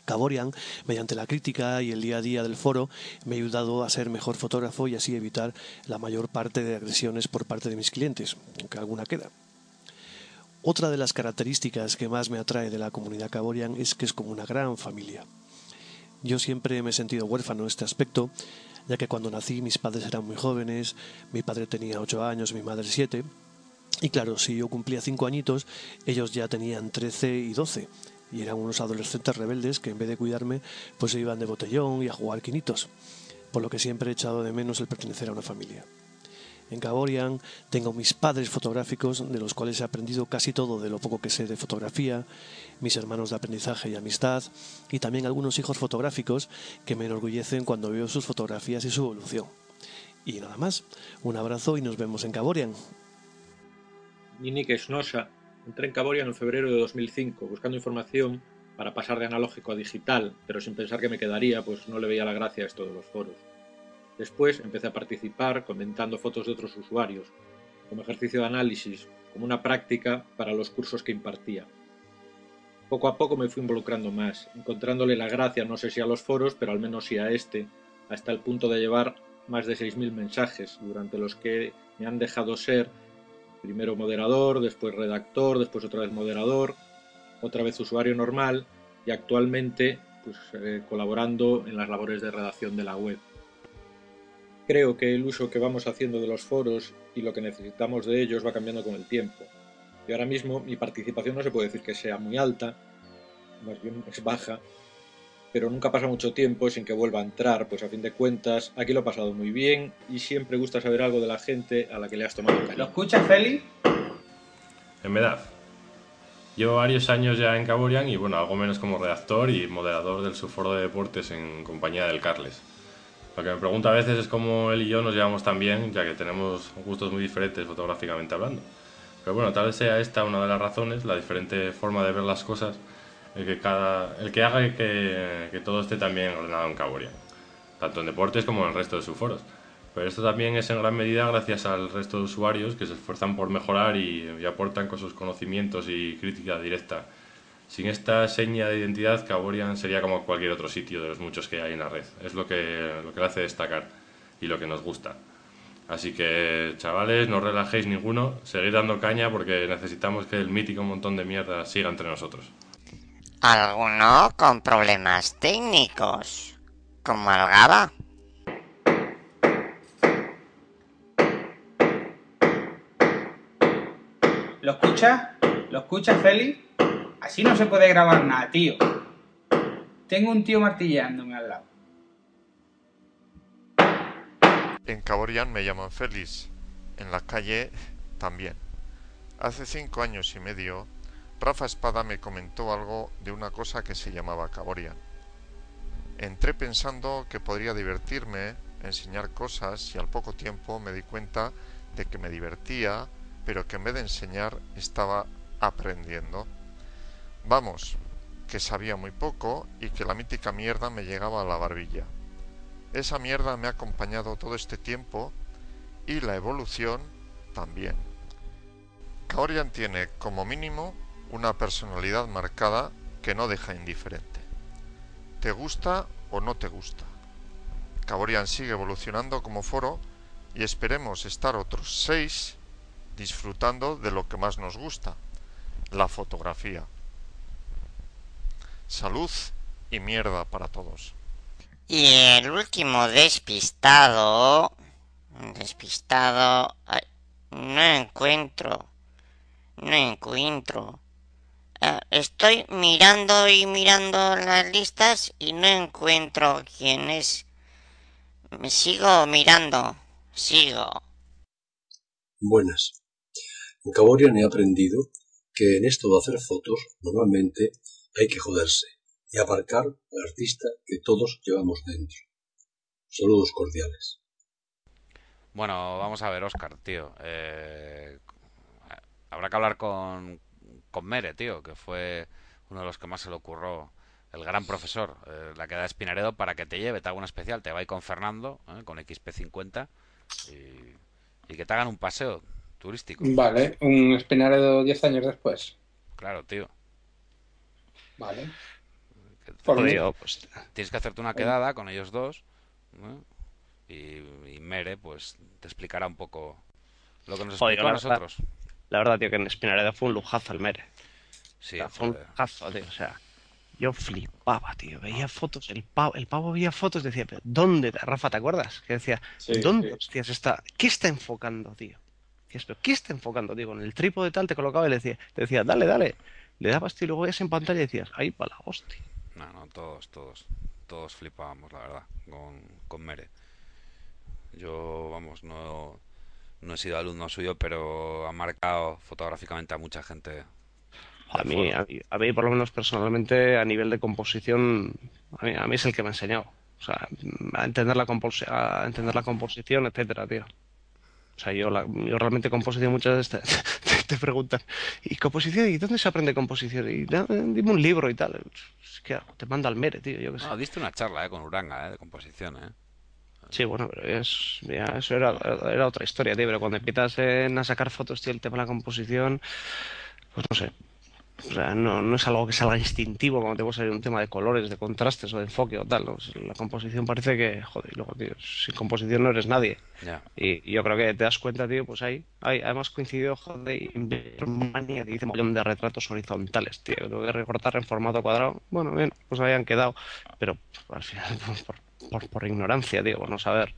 Speaker 10: Caborian, mediante la crítica y el día a día del foro, me ha ayudado a ser mejor fotógrafo y así evitar la mayor parte de agresiones por parte de mis clientes, aunque alguna queda. Otra de las características que más me atrae de la comunidad Caborian es que es como una gran familia. Yo siempre me he sentido huérfano en este aspecto, ya que cuando nací mis padres eran muy jóvenes, mi padre tenía 8 años, mi madre 7, y claro, si yo cumplía 5 añitos, ellos ya tenían 13 y 12, y eran unos adolescentes rebeldes que en vez de cuidarme, pues se iban de botellón y a jugar quinitos, por lo que siempre he echado de menos el pertenecer a una familia. En Caborian tengo mis padres fotográficos, de los cuales he aprendido casi todo de lo poco que sé de fotografía, mis hermanos de aprendizaje y amistad, y también algunos hijos fotográficos que me enorgullecen cuando veo sus fotografías y su evolución. Y nada más, un abrazo y nos vemos en Caborian.
Speaker 11: Nini Kesnosa. Entré en Caborian en febrero de 2005 buscando información para pasar de analógico a digital, pero sin pensar que me quedaría, pues no le veía la gracia a esto de los foros. Después empecé a participar comentando fotos de otros usuarios, como ejercicio de análisis, como una práctica para los cursos que impartía. Poco a poco me fui involucrando más, encontrándole la gracia no sé si a los foros, pero al menos sí a este, hasta el punto de llevar más de 6.000 mensajes, durante los que me han dejado ser primero moderador, después redactor, después otra vez moderador, otra vez usuario normal y actualmente pues, eh, colaborando en las labores de redacción de la web. Creo que el uso que vamos haciendo de los foros y lo que necesitamos de ellos va cambiando con el tiempo. Y ahora mismo mi participación no se puede decir que sea muy alta, más bien es baja, pero nunca pasa mucho tiempo sin que vuelva a entrar, pues a fin de cuentas aquí lo he pasado muy bien y siempre gusta saber algo de la gente a la que le has tomado
Speaker 12: ¿Lo
Speaker 11: cariño.
Speaker 12: escuchas, Feli?
Speaker 13: En verdad. Llevo varios años ya en Caborian y bueno, algo menos como redactor y moderador del subforo de deportes en compañía del Carles. Lo que me pregunta a veces es cómo él y yo nos llevamos tan bien, ya que tenemos gustos muy diferentes fotográficamente hablando. Pero bueno, tal vez sea esta una de las razones, la diferente forma de ver las cosas, el que, cada, el que haga que, que todo esté también ordenado en Caborian, tanto en deportes como en el resto de subforos. Pero esto también es en gran medida gracias al resto de usuarios que se esfuerzan por mejorar y, y aportan con sus conocimientos y crítica directa. Sin esta seña de identidad, Caborian sería como cualquier otro sitio de los muchos que hay en la red. Es lo que, lo que le hace destacar y lo que nos gusta. Así que, chavales, no os relajéis ninguno, seguid dando caña porque necesitamos que el mítico montón de mierda siga entre nosotros.
Speaker 1: Alguno con problemas técnicos, como el GABA.
Speaker 12: ¿Lo escuchas? ¿Lo escuchas, Feli? Así no se puede grabar nada, tío. Tengo un tío martillándome al lado.
Speaker 14: En Caborian me llaman Félix, en la calle también. Hace cinco años y medio, Rafa Espada me comentó algo de una cosa que se llamaba Caborian. Entré pensando que podría divertirme, enseñar cosas y al poco tiempo me di cuenta de que me divertía, pero que en vez de enseñar estaba aprendiendo. Vamos, que sabía muy poco y que la mítica mierda me llegaba a la barbilla. Esa mierda me ha acompañado todo este tiempo y la evolución también. Kaorian tiene como mínimo una personalidad marcada que no deja indiferente. Te gusta o no te gusta. Kaorian sigue evolucionando como foro y esperemos estar otros seis disfrutando de lo que más nos gusta, la fotografía. Salud y mierda para todos.
Speaker 1: Y el último despistado... Despistado... ay, no encuentro. No encuentro. Eh, estoy mirando y mirando las listas y no encuentro quién es. Me sigo mirando. Sigo.
Speaker 15: Buenas. En Caborian he aprendido que en esto de hacer fotos normalmente hay que joderse y abarcar al artista que todos llevamos dentro. Saludos cordiales.
Speaker 3: Bueno, vamos a ver, Oscar, tío. Eh, habrá que hablar con, con Mere, tío, que fue uno de los que más se le ocurrió. El gran profesor, eh, la que da Espinaredo para que te lleve, te haga una especial. Te va a ir con Fernando, ¿eh? con XP50, y, y que te hagan un paseo turístico.
Speaker 2: Vale, un Espinaredo 10 años después.
Speaker 3: Claro, tío.
Speaker 2: Vale.
Speaker 3: Por
Speaker 2: mí.
Speaker 3: Digo, pues, tienes que hacerte una quedada con ellos dos ¿no? y, y Mere pues te explicará un poco lo que nos
Speaker 4: Joder,
Speaker 3: explicó
Speaker 4: la
Speaker 3: a
Speaker 4: verdad-
Speaker 3: nosotros.
Speaker 4: La verdad, tío, que en Espinareda fue un lujazo el Mere.
Speaker 3: Sí,
Speaker 4: fue un
Speaker 3: joder.
Speaker 4: lujazo, tío. O sea, yo flipaba, tío. Veía fotos, el pavo, el pavo veía fotos, decía, pero ¿dónde? está? Rafa, ¿te acuerdas? Que decía,
Speaker 11: Sí,
Speaker 4: ¿dónde
Speaker 11: sí.
Speaker 4: hostias está? ¿Qué está enfocando, tío? Decías, ¿pero ¿Qué está enfocando, tío? Con el trípode tal te colocaba y le decía, te decía, dale, dale. Le dabas, tío, y luego veías en pantalla y decías, ahí para la hostia.
Speaker 3: No, no, todos, todos. Todos flipábamos, la verdad, con, con Mere. Yo, vamos, no, no he sido alumno suyo, pero ha marcado fotográficamente a mucha gente.
Speaker 4: A mí, a mí, a mí, por lo menos personalmente, a nivel de composición, a mí, a mí es el que me ha enseñado. O sea, a entender la, compos- a entender la composición, etcétera, tío. O sea, yo, la- yo realmente composición muchas veces te, te- te preguntan, ¿y composición? ¿Y dónde se aprende composición? Y da- dime un libro y tal. Es que te manda al mere, tío, yo qué sé.
Speaker 3: No, diste una charla eh, con Uranga, eh, de composición, eh.
Speaker 4: Sí, bueno, pero es, ya, eso era, era otra historia, tío, pero cuando empiezas en- a sacar fotos, tío, el tema de la composición, pues no sé. O sea, no, no es algo que salga instintivo cuando te vas a ir un tema de colores, de contrastes o de enfoque o tal. ¿no? Pues La composición parece que, joder, y luego, tío, sin composición no eres nadie.
Speaker 3: Ya.
Speaker 4: Y, y yo creo que te das cuenta, tío, pues ahí, ahí además coincidió, joder, Invermania, que dice un montón de retratos horizontales, tío, que tengo que recortar en formato cuadrado. Bueno, bien, pues habían quedado, pero pff, al final, pues, por, por, por ignorancia, tío, por no saber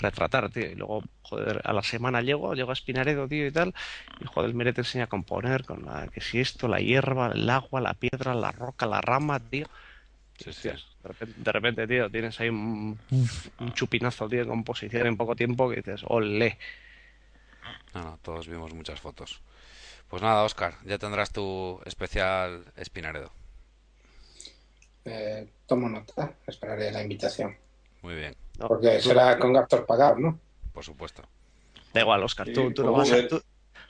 Speaker 4: retratar, tío. Y luego, joder, a la semana llego, llego a Espinaredo, tío, y tal, y joder, el Mere te enseña a componer con la, que si esto, la hierba, el agua, la piedra, la roca, la rama, tío. Hostias, De, repente, de repente, tío, tienes ahí un, un chupinazo, tío, de composición en poco tiempo que dices, ole.
Speaker 3: No, no, todos vimos muchas fotos. Pues nada, Oscar, ya tendrás tu especial Espinaredo.
Speaker 2: Eh, tomo nota, esperaré la invitación.
Speaker 3: Muy bien.
Speaker 2: Porque será con gastos pagados, ¿no?
Speaker 3: Por supuesto.
Speaker 4: Da igual, Oscar, tú,
Speaker 2: Sí,
Speaker 4: tú no
Speaker 2: pues
Speaker 4: vas a...
Speaker 2: bien.
Speaker 4: tú-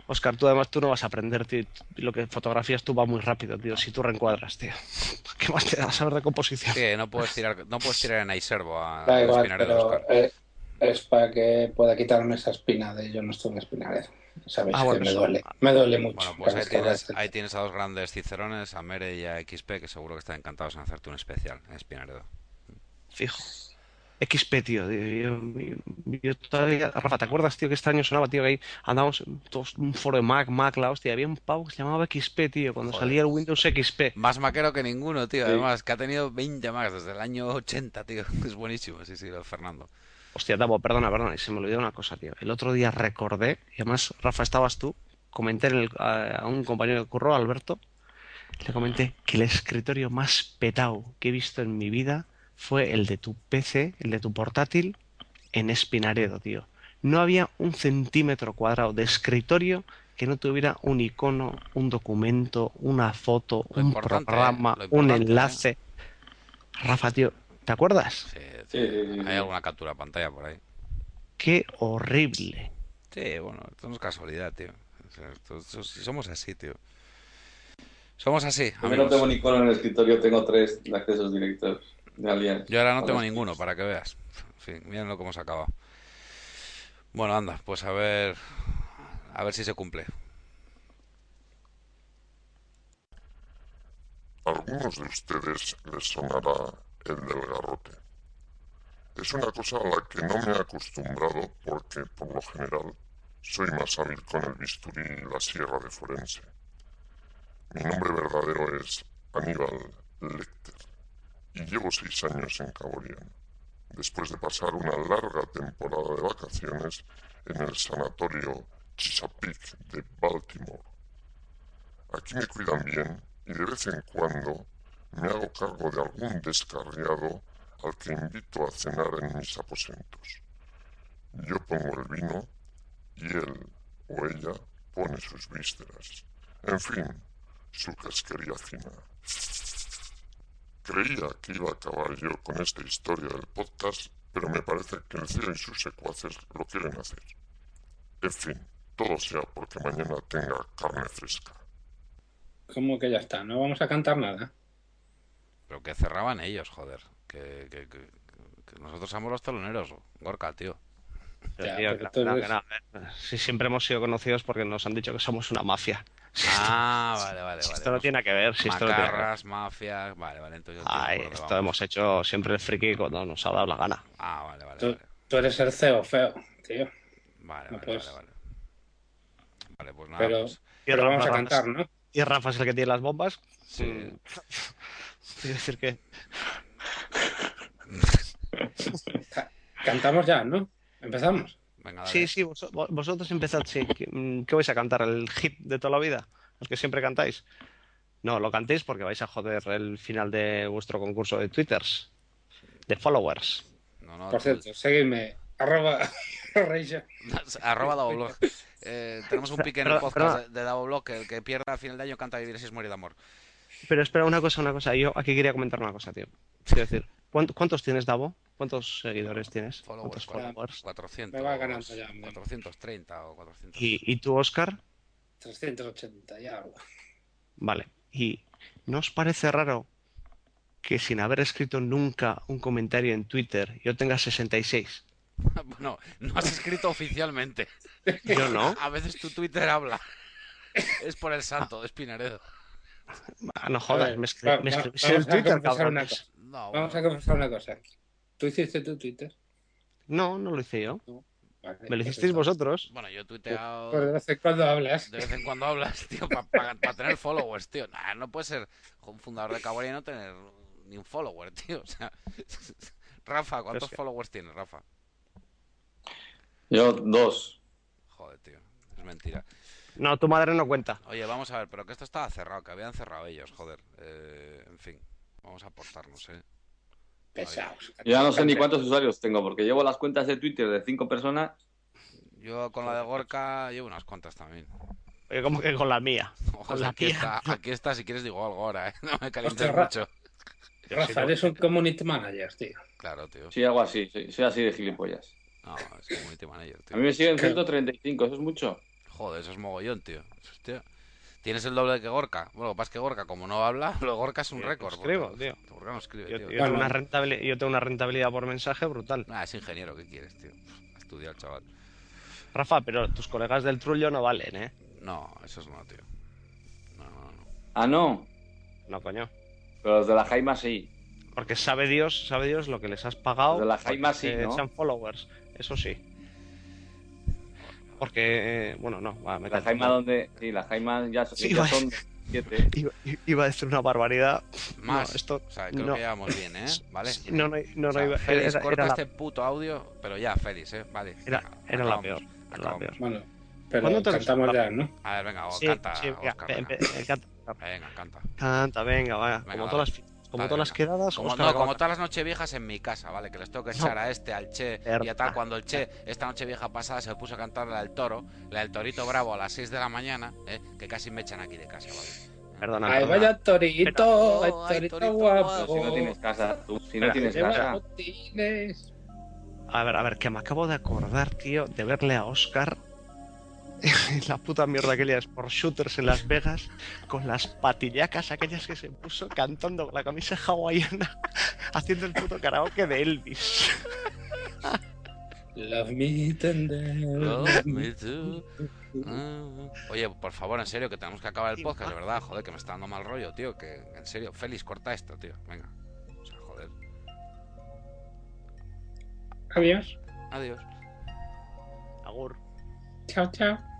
Speaker 4: Óscar, tú además tú no vas a aprender, tío. Lo que fotografías tú va muy rápido, tío. Si tú reencuadras, tío. ¿Qué más te da saber de composición?
Speaker 3: Sí, no puedes tirar, no puedes tirar en iServo a,
Speaker 2: Da
Speaker 3: a
Speaker 2: igual,
Speaker 3: Espinaredo,
Speaker 2: pero
Speaker 3: Óscar.
Speaker 2: eh, es para que pueda quitarme esa espina de yo no estoy en Espinaredo. Sabéis
Speaker 3: Ah, bueno,
Speaker 2: que me
Speaker 3: eso-
Speaker 2: duele, me duele mucho.
Speaker 3: Bueno, pues ahí
Speaker 2: Para estar-
Speaker 3: tienes, ahí tienes a dos grandes cicerones, a Mere y a XP, que seguro que están encantados en hacerte un especial en Espinaredo.
Speaker 4: Fijo. XP, tío. Yo, yo- yo todavía- Rafa, ¿te acuerdas, tío, que este año sonaba, tío, que ahí andábamos en todos un foro de Mac, Mac, la hostia, había un pavo que se llamaba XP, tío, cuando
Speaker 3: Joder.
Speaker 4: salía el Windows XP.
Speaker 3: Más maquero que ninguno, tío.
Speaker 4: Sí.
Speaker 3: Además, que ha tenido 20 más desde el año 80, tío. Es buenísimo, sí, sí, lo de Fernando.
Speaker 4: Hostia, Davo, perdona, perdona, y se me olvidó una cosa, tío. El otro día recordé, y además, Rafa, estabas tú, comenté en el- a, a un compañero que curro, Alberto, le comenté que el escritorio más petado que he visto en mi vida fue el de tu PC, el de tu portátil, en Espinaredo, tío. No había un centímetro cuadrado de escritorio que no tuviera un icono, un documento, una foto, un
Speaker 3: importante,
Speaker 4: programa,
Speaker 3: lo
Speaker 4: un
Speaker 3: importante, ¿eh?
Speaker 4: enlace. Rafa, tío, ¿te acuerdas?
Speaker 3: Eh, Hay alguna captura de pantalla por ahí.
Speaker 4: Qué horrible.
Speaker 3: Sí, bueno, esto no es casualidad, tío. O sea, esto- esto- somos así, tío. Somos así,
Speaker 5: Yo no
Speaker 3: amigos.
Speaker 5: tengo un icono en el escritorio, tengo tres de accesos directos de Allianz.
Speaker 3: Yo ahora no
Speaker 5: A
Speaker 3: tengo
Speaker 5: las-
Speaker 3: ninguno, para que veas. En fin, mírenlo cómo se acaba. Bueno, anda, pues a ver. A ver si se cumple.
Speaker 16: algunos de ustedes les sonará el del garrote. Es una cosa a la que no me he acostumbrado porque, por lo general, soy más hábil con el bisturí y la sierra de forense. Mi nombre verdadero es Aníbal Lecter y llevo seis años en Caborián, después de pasar una larga temporada de vacaciones en el sanatorio Chesapeake de Baltimore. Aquí me cuidan bien y de vez en cuando me hago cargo de algún descarriado al que invito a cenar en mis aposentos. Yo pongo el vino y él o ella pone sus vísceras. En fin, su casquería fina. Creía que iba a acabar yo con esta historia del podcast, pero me parece que el cielo y sus secuaces lo quieren hacer. En fin, todo sea porque mañana tenga carne fresca.
Speaker 2: Como que ya está, no vamos a cantar nada.
Speaker 3: Pero que cerraban ellos, joder. Que, que- que- que nosotros somos los teloneros, Gorka, tío.
Speaker 4: Pero, tío, que no, que no, que no. Sí, siempre hemos sido conocidos porque nos han dicho que somos una mafia.
Speaker 3: Ah, vale, vale,
Speaker 4: Si
Speaker 3: vale.
Speaker 4: esto no tiene que ver, si esto no tiene que ver.
Speaker 3: Macarras, mafias, vale, vale, entonces yo
Speaker 4: Ay,
Speaker 3: entiendo por dónde
Speaker 4: esto
Speaker 3: vamos.
Speaker 4: hemos hecho siempre el friki cuando nos ha dado la gana.
Speaker 3: Ah, vale, vale.
Speaker 2: Tú, tú eres el CEO feo, tío.
Speaker 3: Vale,
Speaker 2: No
Speaker 3: vale,
Speaker 2: puedes.
Speaker 3: vale, vale. Vale, pues nada.
Speaker 2: Pero,
Speaker 3: pues-
Speaker 2: pero vamos a
Speaker 4: Rafa-
Speaker 2: cantar, ¿no?
Speaker 4: Y Rafa es el que tiene las bombas.
Speaker 3: Sí.
Speaker 4: Mm. Quiero decir que.
Speaker 2: Cantamos ya, ¿no? Empezamos.
Speaker 3: Venga,
Speaker 4: Sí, sí, vos- vos- vosotros empezad, sí. ¿Qué, mm, qué vais a cantar? ¿El hit de toda la vida? ¿El que siempre cantáis? No, lo cantéis porque vais a joder el final de vuestro concurso de twitters, de followers.
Speaker 3: No, no,
Speaker 2: Por
Speaker 3: tú-
Speaker 2: cierto, seguidme. Arroba Reisha.
Speaker 3: Arroba Davoblog. Eh, tenemos un pique en el
Speaker 4: Pero-
Speaker 3: podcast
Speaker 4: perdona.
Speaker 3: de, de Davoblog. que El que pierda a final de año canta Vivir es morir de amor.
Speaker 4: Pero espera, una cosa, una cosa. Yo aquí quería comentar una cosa, tío. Quiero decir, ¿cuán- ¿cuántos tienes, Davo? ¿Cuántos seguidores tienes? ¿Cuántos
Speaker 3: Followers,
Speaker 4: followers?
Speaker 3: 400.
Speaker 2: Me va ganando ya, hombre.
Speaker 3: 430 o 400.
Speaker 4: ¿Y, y tú, Oscar?
Speaker 2: 380 y algo.
Speaker 4: Vale. ¿Y no os parece raro que sin haber escrito nunca un comentario en Twitter yo tenga 66?
Speaker 3: bueno, no has escrito oficialmente.
Speaker 4: Yo no.
Speaker 3: A veces tu Twitter habla. Es por el santo, es Pinaredo.
Speaker 4: Ah, No
Speaker 2: A
Speaker 4: jodas,
Speaker 2: ver,
Speaker 4: me
Speaker 2: va-
Speaker 4: escri- me
Speaker 2: va-
Speaker 4: escribís
Speaker 2: vamos
Speaker 4: en
Speaker 2: a
Speaker 4: Twitter,
Speaker 2: confesar
Speaker 4: cabrón.
Speaker 2: una cosa. Vamos a confesar
Speaker 3: pues
Speaker 2: una cosa. ¿Tú hiciste tu Twitter?
Speaker 4: No, no lo hice yo.
Speaker 2: Vale,
Speaker 4: Me
Speaker 2: pues
Speaker 4: lo hicisteis
Speaker 2: entonces-
Speaker 4: vosotros.
Speaker 3: Bueno, yo he tuiteado.
Speaker 2: Pues de vez en cuando hablas.
Speaker 3: De vez en cuando hablas, tío, para tener followers, tío. Nah, no puede ser un fundador de Caboria y no tener ni un follower, tío. O sea, Rafa, ¿cuántos
Speaker 5: Es que-
Speaker 3: followers tienes, Rafa?
Speaker 5: Yo, dos.
Speaker 3: Joder, tío. Es mentira.
Speaker 4: No, tu madre no cuenta.
Speaker 3: Oye, vamos a ver, pero que esto estaba cerrado, que habían cerrado ellos, joder. Eh, en fin, vamos a aportarnos, ¿eh?
Speaker 2: Pesados.
Speaker 5: Yo ya no sé ni cuántos usuarios tengo, porque llevo las cuentas de Twitter de cinco personas.
Speaker 3: Yo con la de Gorka llevo unas cuantas también.
Speaker 4: Oye, como Eh, que con la mía.
Speaker 3: Ojo,
Speaker 4: Con la
Speaker 3: aquí,
Speaker 4: mía.
Speaker 3: está, aquí está, si quieres digo algo ahora, ¿eh? No me calientes
Speaker 2: Hostia, Ra-
Speaker 3: mucho.
Speaker 2: Rafa, eres un community manager, tío.
Speaker 3: Claro, tío.
Speaker 5: Sí, algo así. Soy, soy así de gilipollas.
Speaker 3: No, es community manager, tío.
Speaker 5: A mí me siguen 135, eso es mucho.
Speaker 3: Joder, eso es mogollón, tío. Hostia. Tienes el doble que Gorka. Bueno, lo que pasa es que Gorka, como no habla, lo de Gorka es un
Speaker 4: Yo
Speaker 3: récord.
Speaker 4: escribo,
Speaker 3: porque- ¿Por qué no escribe,
Speaker 4: Yo,
Speaker 3: tío?
Speaker 4: yo tengo una rentabili- yo tengo una rentabilidad por mensaje brutal.
Speaker 3: Ah, es ingeniero, ¿qué quieres, tío? Ha estudiado, chaval.
Speaker 4: Rafa, pero tus colegas del Trullo no valen, ¿eh?
Speaker 3: No, esos no, tío. No, no, no.
Speaker 5: Ah, no.
Speaker 4: No, coño.
Speaker 5: Pero los de la Jaima sí.
Speaker 4: Porque sabe Dios, sabe Dios lo que les has pagado.
Speaker 5: Los de la Jaima
Speaker 4: porque
Speaker 5: sí,
Speaker 4: te
Speaker 5: ¿no?
Speaker 4: echan pues, eh, followers, eso sí. Porque, eh, bueno, no, va, me
Speaker 5: La
Speaker 4: callo.
Speaker 5: Jaima donde... Sí, la Jaima ya,
Speaker 4: Sí,
Speaker 5: ya
Speaker 4: vale.
Speaker 5: son siete.
Speaker 4: Iba, iba a decir una barbaridad.
Speaker 3: Más.
Speaker 4: No, esto,
Speaker 3: O sea, creo
Speaker 4: no.
Speaker 3: que ya vamos bien, ¿eh? ¿Vale?
Speaker 4: Sí, No, no, no, no
Speaker 3: O sea,
Speaker 4: iba-
Speaker 3: Félix,
Speaker 4: era-
Speaker 3: corta
Speaker 4: era la-
Speaker 3: este puto audio, pero ya, Félix, ¿eh? Vale.
Speaker 4: Era, era la
Speaker 3: Acabamos.
Speaker 4: peor. Era la peor.
Speaker 2: Bueno, pero cantamos ya, ¿no?
Speaker 3: A ver, venga, o
Speaker 4: Sí,
Speaker 3: canta,
Speaker 4: sí, venga,
Speaker 3: Óscar,
Speaker 4: ve-
Speaker 3: venga.
Speaker 4: ve- eh, canta.
Speaker 3: Venga, canta.
Speaker 4: Canta, venga, va.
Speaker 3: Venga,
Speaker 4: como
Speaker 3: va.
Speaker 4: todas las, fi- como
Speaker 3: Vale,
Speaker 4: todas las
Speaker 3: venga.
Speaker 4: quedadas,
Speaker 3: Como,
Speaker 4: Óscar
Speaker 3: no,
Speaker 4: acaba-
Speaker 3: como todas las nocheviejas en mi casa, ¿vale? Que les tengo que echar
Speaker 4: No.
Speaker 3: a este, al Che y a
Speaker 4: Verdad.
Speaker 3: tal. Cuando el Che, esta nochevieja pasada, se puso a cantar la del toro, la del torito bravo a las 6 de la mañana, ¿eh? que casi me echan aquí de casa, ¿vale?
Speaker 4: Perdona.
Speaker 2: Ay,
Speaker 4: perdona.
Speaker 2: vaya torito, ay,
Speaker 3: Pero- ay,
Speaker 2: torito,
Speaker 3: torito
Speaker 2: guapo.
Speaker 3: guapo.
Speaker 5: Si no tienes casa, tú, si no
Speaker 4: Espera,
Speaker 5: tienes
Speaker 4: lleva-
Speaker 5: casa...
Speaker 2: Botines.
Speaker 4: A ver, a ver, que me acabo de acordar, tío, de verle a Oscar la puta mierda aquella de Sport Shooters en Las Vegas con las patillacas aquellas que se puso cantando con la camisa hawaiana haciendo el puto karaoke de Elvis.
Speaker 2: Love me tender.
Speaker 3: Love me too. Ah. Oye, por favor, en serio, que tenemos que acabar el podcast, de verdad, joder, que me está dando mal rollo, tío, que en serio, Félix, corta esto, tío, venga. O sea, joder,
Speaker 2: Adiós.
Speaker 3: adiós.
Speaker 4: Agur.
Speaker 2: Chao, chao.